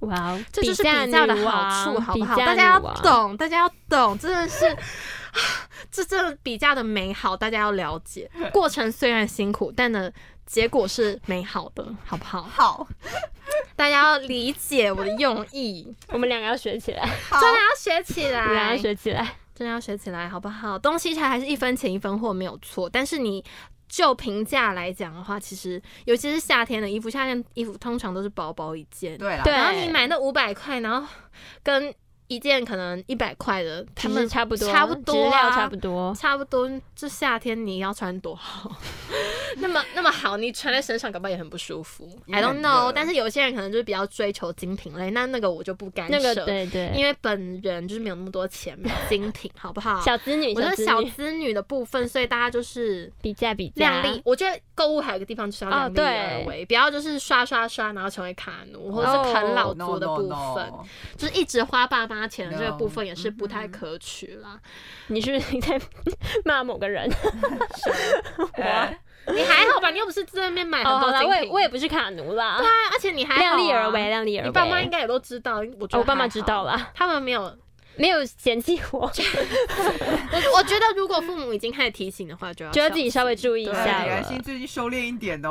Speaker 3: 哇哦，
Speaker 1: 这就是
Speaker 3: 比
Speaker 1: 比较的
Speaker 3: 女
Speaker 1: 好处，
Speaker 3: 王
Speaker 1: 好
Speaker 3: 比
Speaker 1: 不好？
Speaker 3: 价
Speaker 1: 大家
Speaker 3: 女
Speaker 1: 要
Speaker 3: 王
Speaker 1: 懂，大家要懂，真的是， 这这个比较的美好，大家要了解。过程虽然辛苦，但呢，结果是美好的，好不好？
Speaker 2: 好，
Speaker 1: 大家要理解我的用 意，
Speaker 3: 我们两个要学起来，
Speaker 2: 好，
Speaker 1: 真的要学起
Speaker 3: 我们两个
Speaker 1: 来
Speaker 3: 要，学起来。
Speaker 1: 真的要学起来，好不好？东西差还是一分钱一分货没有错，但是你。就平价来讲的话，其实尤其是夏天的衣服，夏天衣服通常都是薄薄一件，
Speaker 2: 对了，
Speaker 3: 对
Speaker 1: 然后你买那五百块，然后跟一件可能一百块的，他
Speaker 3: 其实
Speaker 1: 们
Speaker 3: 差不多，
Speaker 1: 差不多
Speaker 3: 质量
Speaker 1: 啊
Speaker 3: 差不多。
Speaker 1: 差不多。这夏天你要穿多好， 那么那么好，你穿在身上，搞不好也很不舒服。
Speaker 2: 也
Speaker 1: I
Speaker 2: 很
Speaker 1: don't know，
Speaker 2: 热
Speaker 1: 但是有些人可能就是比较追求精品类，那那个我就不干涉，
Speaker 3: 那个对对，
Speaker 1: 因为本人就是没有那么多钱买精品，好不好？
Speaker 3: 小资女，
Speaker 1: 啊我觉得
Speaker 3: 资
Speaker 1: 小
Speaker 3: 女
Speaker 1: 资女的部分，所以大家就是
Speaker 3: 比价比价，
Speaker 1: 量力，我觉得购物还有一个地方就是要
Speaker 3: 哦
Speaker 1: 量力
Speaker 3: 对
Speaker 1: 而为，不要就是刷刷刷，然后成为卡奴或者
Speaker 3: 哦
Speaker 1: 是啃老
Speaker 2: no
Speaker 1: 族的
Speaker 2: no
Speaker 1: 部
Speaker 2: no，
Speaker 1: 分，就是一直花爸妈钱的这个
Speaker 2: No
Speaker 1: 部分也是不
Speaker 3: 嗯
Speaker 1: 太可取啦。
Speaker 3: 你是不是在 骂某个人？
Speaker 2: 哎
Speaker 1: 你还好吧？你又不是在那边买
Speaker 3: 哦，
Speaker 1: 哎很
Speaker 3: 好
Speaker 1: 多精
Speaker 3: 啦，我也
Speaker 1: 品，
Speaker 3: 我也不是卡奴啦
Speaker 1: 对，啊，而且你还好啊
Speaker 3: 量力而为，，量力而为。
Speaker 1: 你爸妈应该也都知道，我觉
Speaker 3: 哦，
Speaker 1: 得
Speaker 3: 我爸妈
Speaker 1: 还好
Speaker 3: 知道，啦，
Speaker 1: 他们没有。我
Speaker 3: 没有嫌弃我，
Speaker 1: 我觉得如果父母已经开始提醒的话，就要
Speaker 3: 觉得
Speaker 1: 小
Speaker 3: 自己稍微注意一
Speaker 2: 对，
Speaker 3: 下
Speaker 2: 李
Speaker 3: 了
Speaker 2: 安。哎心最近收敛一点哦。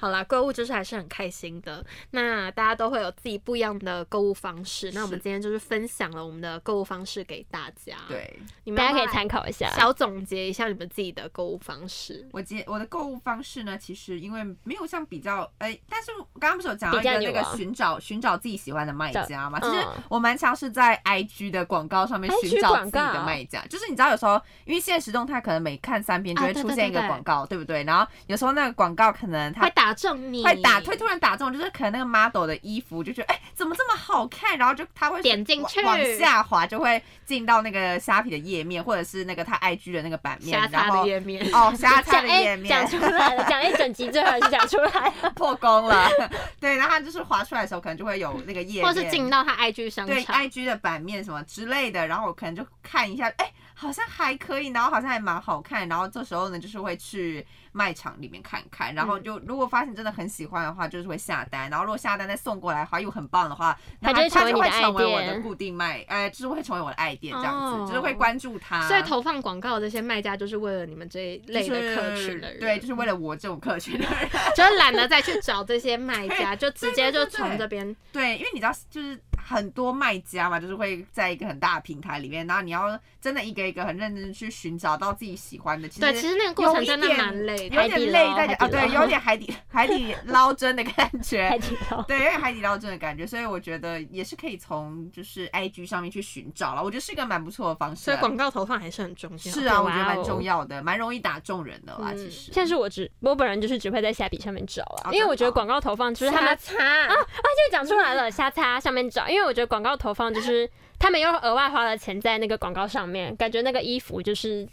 Speaker 1: 好啦，购物就是还是很开心的。那大家都会有自己不一样的购物方式。那我们今天就是分享了我们的购物方式给大家。，
Speaker 2: 对
Speaker 1: 你们要
Speaker 3: 大家
Speaker 1: 不
Speaker 3: 可
Speaker 1: 要
Speaker 3: 以参考一下
Speaker 1: 来。小总结一下你们自己的购物方式。
Speaker 2: 我结我的购物方式呢，其实因为没有像比较，哎、但是我刚刚不是有讲到一
Speaker 3: 比较
Speaker 2: 个
Speaker 3: 女
Speaker 2: 那
Speaker 3: 王
Speaker 2: 个寻找寻找自己喜欢的卖家嘛？其实
Speaker 3: 嗯
Speaker 2: 我蛮常是在 IG 的广告上面
Speaker 3: IG
Speaker 2: 寻找自己
Speaker 3: 广
Speaker 2: 的
Speaker 3: 告
Speaker 2: 卖家，就是你知道有时候因为现实动态可能每看三篇就
Speaker 1: 啊
Speaker 2: 会
Speaker 1: 对
Speaker 2: 出
Speaker 1: 对
Speaker 2: 现一
Speaker 1: 对
Speaker 2: 个
Speaker 1: 对
Speaker 2: 广告，对不对？然后有时候那个广告可能它
Speaker 1: 会打中你，
Speaker 2: 会打，会突然打中，就是可能那个 model 的衣服就觉得，哎、怎么这么好看？然后就他会
Speaker 1: 点进
Speaker 2: 往
Speaker 1: 去
Speaker 2: 往下滑，就会进到那个虾皮的页面，或者是那个他 IG 的那个版面
Speaker 1: 瞎，
Speaker 2: 然
Speaker 1: 擦的
Speaker 2: 后
Speaker 1: 页 面。
Speaker 2: 哦，虾他
Speaker 3: 讲
Speaker 2: 的
Speaker 3: 哎
Speaker 2: 页，面、
Speaker 3: 讲出 来了，讲一整集，最后还是讲出来了。
Speaker 2: 破功了， 对，然后他就是滑出来的时候，可能就会有那个页面，
Speaker 1: 或是进到他 IG 商
Speaker 2: 对
Speaker 1: 场，
Speaker 2: IG 的版面什么之类的，然后我可能就看一下，哎、好像还可以，然后好像还蛮好看，然后这时候呢，就是会去卖场里面看看，然后就如果发现真的很喜欢的话，就是会下单，然后如果下单再送过来的话又很棒的话，那
Speaker 3: 它
Speaker 2: 它
Speaker 3: 就会
Speaker 2: 它
Speaker 3: 成
Speaker 2: 就
Speaker 3: 为
Speaker 2: 会成
Speaker 3: 你的
Speaker 2: 为我
Speaker 3: 爱
Speaker 2: 的
Speaker 3: 店
Speaker 2: 固定卖，呃，就是会成为我的爱店这样子，
Speaker 1: 哦
Speaker 2: 就是会关注它，
Speaker 1: 所以投放广告的这些卖家就是为了你们这一类的客群的人，
Speaker 2: 对，就是为了我这种客群的人。
Speaker 1: 就是懒得再去找这些卖家，就直接就
Speaker 2: 对对对
Speaker 1: 从这边
Speaker 2: 对，因为你知道，就是很多卖家嘛，就是会在一个很大的平台里面，然后你要真的一个一个很认真地去寻找到自己喜欢的。其
Speaker 1: 对，其
Speaker 2: 实
Speaker 1: 实那个过程真的蛮累的。
Speaker 2: 有点累在
Speaker 3: 海底捞
Speaker 2: 啊，对
Speaker 3: 海，底捞
Speaker 2: 有点海底海底捞针的感
Speaker 3: 海
Speaker 2: 觉。
Speaker 3: 底 捞，
Speaker 2: 对，有点海底捞针的感觉，所以我觉得也是可以从就是 I G 上面去寻找了，我觉得是一个蛮不错的方式
Speaker 1: 所以
Speaker 2: 啊。
Speaker 1: 广告投放还是很重要。
Speaker 2: 是啊，我觉得
Speaker 3: 哇
Speaker 2: 蛮
Speaker 3: 哦
Speaker 2: 重要的，蛮容易打中人的啦，
Speaker 1: 嗯
Speaker 2: 其实。
Speaker 3: 像是我只我本人就是只会在虾皮上面找啊，
Speaker 2: 哦
Speaker 3: 因为
Speaker 2: 真
Speaker 3: 我觉得
Speaker 2: 的哦
Speaker 3: 广告投放就是他们
Speaker 2: 啊
Speaker 1: 擦
Speaker 3: 就讲出 来了，瞎擦上面找，因为我觉得广告投放就是他们又额外花了钱在那个广告上面，感觉那个衣服就是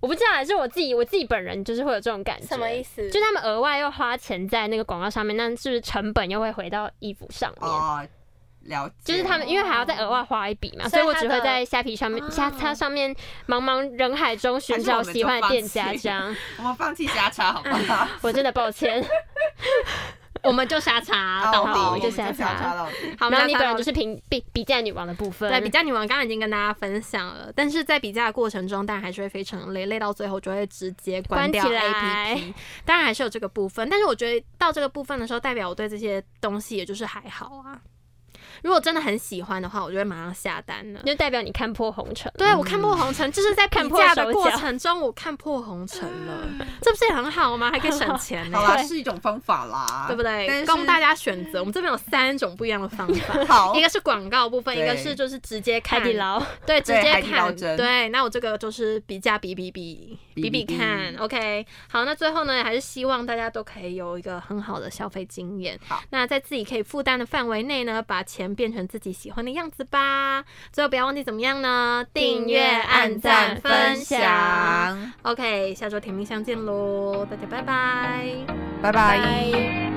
Speaker 3: 我不知道，是我自己我自己本人就是会有这种感觉，
Speaker 1: 什么意？思？
Speaker 3: 就他们额外又花钱在那个广告上面，那是不是成本又会回到衣服上面？
Speaker 2: 哦，了解。
Speaker 3: 就是他们，因为还要再额外花一笔嘛，所
Speaker 1: 哦所以
Speaker 3: 以我
Speaker 1: 他
Speaker 3: 只会
Speaker 1: 的啊
Speaker 3: 在虾皮上面、虾擦上面茫茫人海中寻
Speaker 2: 还是
Speaker 3: 找
Speaker 2: 我们
Speaker 3: 喜
Speaker 2: 就
Speaker 3: 欢的
Speaker 2: 放
Speaker 3: 店家，
Speaker 2: 弃
Speaker 3: 这样
Speaker 2: 我们放弃瞎插好不好？
Speaker 3: 我真的抱歉。
Speaker 1: 我们就瞎擦
Speaker 2: 到
Speaker 1: 到
Speaker 2: 底，
Speaker 1: 底
Speaker 2: 我
Speaker 3: 好
Speaker 2: 们
Speaker 3: 就
Speaker 2: 就
Speaker 3: 瞎
Speaker 2: 瞎
Speaker 3: 插
Speaker 2: 插到底。
Speaker 1: 好，。
Speaker 3: 然后你本人就是是评比比价女王的部分，
Speaker 1: 对比较女王刚刚已经跟大家分享了，但是在比价的过程中，当然还是会非常累，累到最后就会直接关
Speaker 3: 关
Speaker 1: 掉
Speaker 3: 起来
Speaker 1: APP。当然还是有这个部分，但是我觉得到这个部分的时候，代表我对这些东西也就是还好啊。如果真的很喜欢的话，我就会马上下单了。
Speaker 3: 就代表你看破红尘。
Speaker 1: 对，啊我看破红尘，就是在
Speaker 3: 看
Speaker 1: 比
Speaker 3: 破
Speaker 1: 价
Speaker 3: 手
Speaker 1: 的过
Speaker 3: 脚
Speaker 1: 程中，我看破红尘了， 这不是也很好吗？还可以 省钱呢、
Speaker 2: 好啦，是一种方法啦，
Speaker 1: 对不
Speaker 2: 但
Speaker 1: 对？
Speaker 2: 是。
Speaker 1: 供大家选择，我们这边有三种不一样的方法
Speaker 2: 好
Speaker 1: 一，个是广告部分，一
Speaker 2: 哦对
Speaker 1: 个是就是直接
Speaker 3: 海
Speaker 1: 看
Speaker 3: 底，捞，
Speaker 1: 对，直
Speaker 2: 对
Speaker 1: 接
Speaker 2: 海底捞
Speaker 1: 看，
Speaker 2: 针
Speaker 1: 对。那我这个就是比价比比比比
Speaker 2: 比
Speaker 1: 比
Speaker 2: 比比
Speaker 1: 看，OK。好，那最后呢，还是希望大家都可以有一个很好的消费经验
Speaker 2: 好。
Speaker 1: 那在自己可以负担的范围内呢，把钱变成自己喜欢的样子吧。最后不要忘记怎么样呢？订阅、按赞、分享。OK，下周甜蜜相见喽，大家拜拜。
Speaker 2: 拜拜。
Speaker 3: 拜。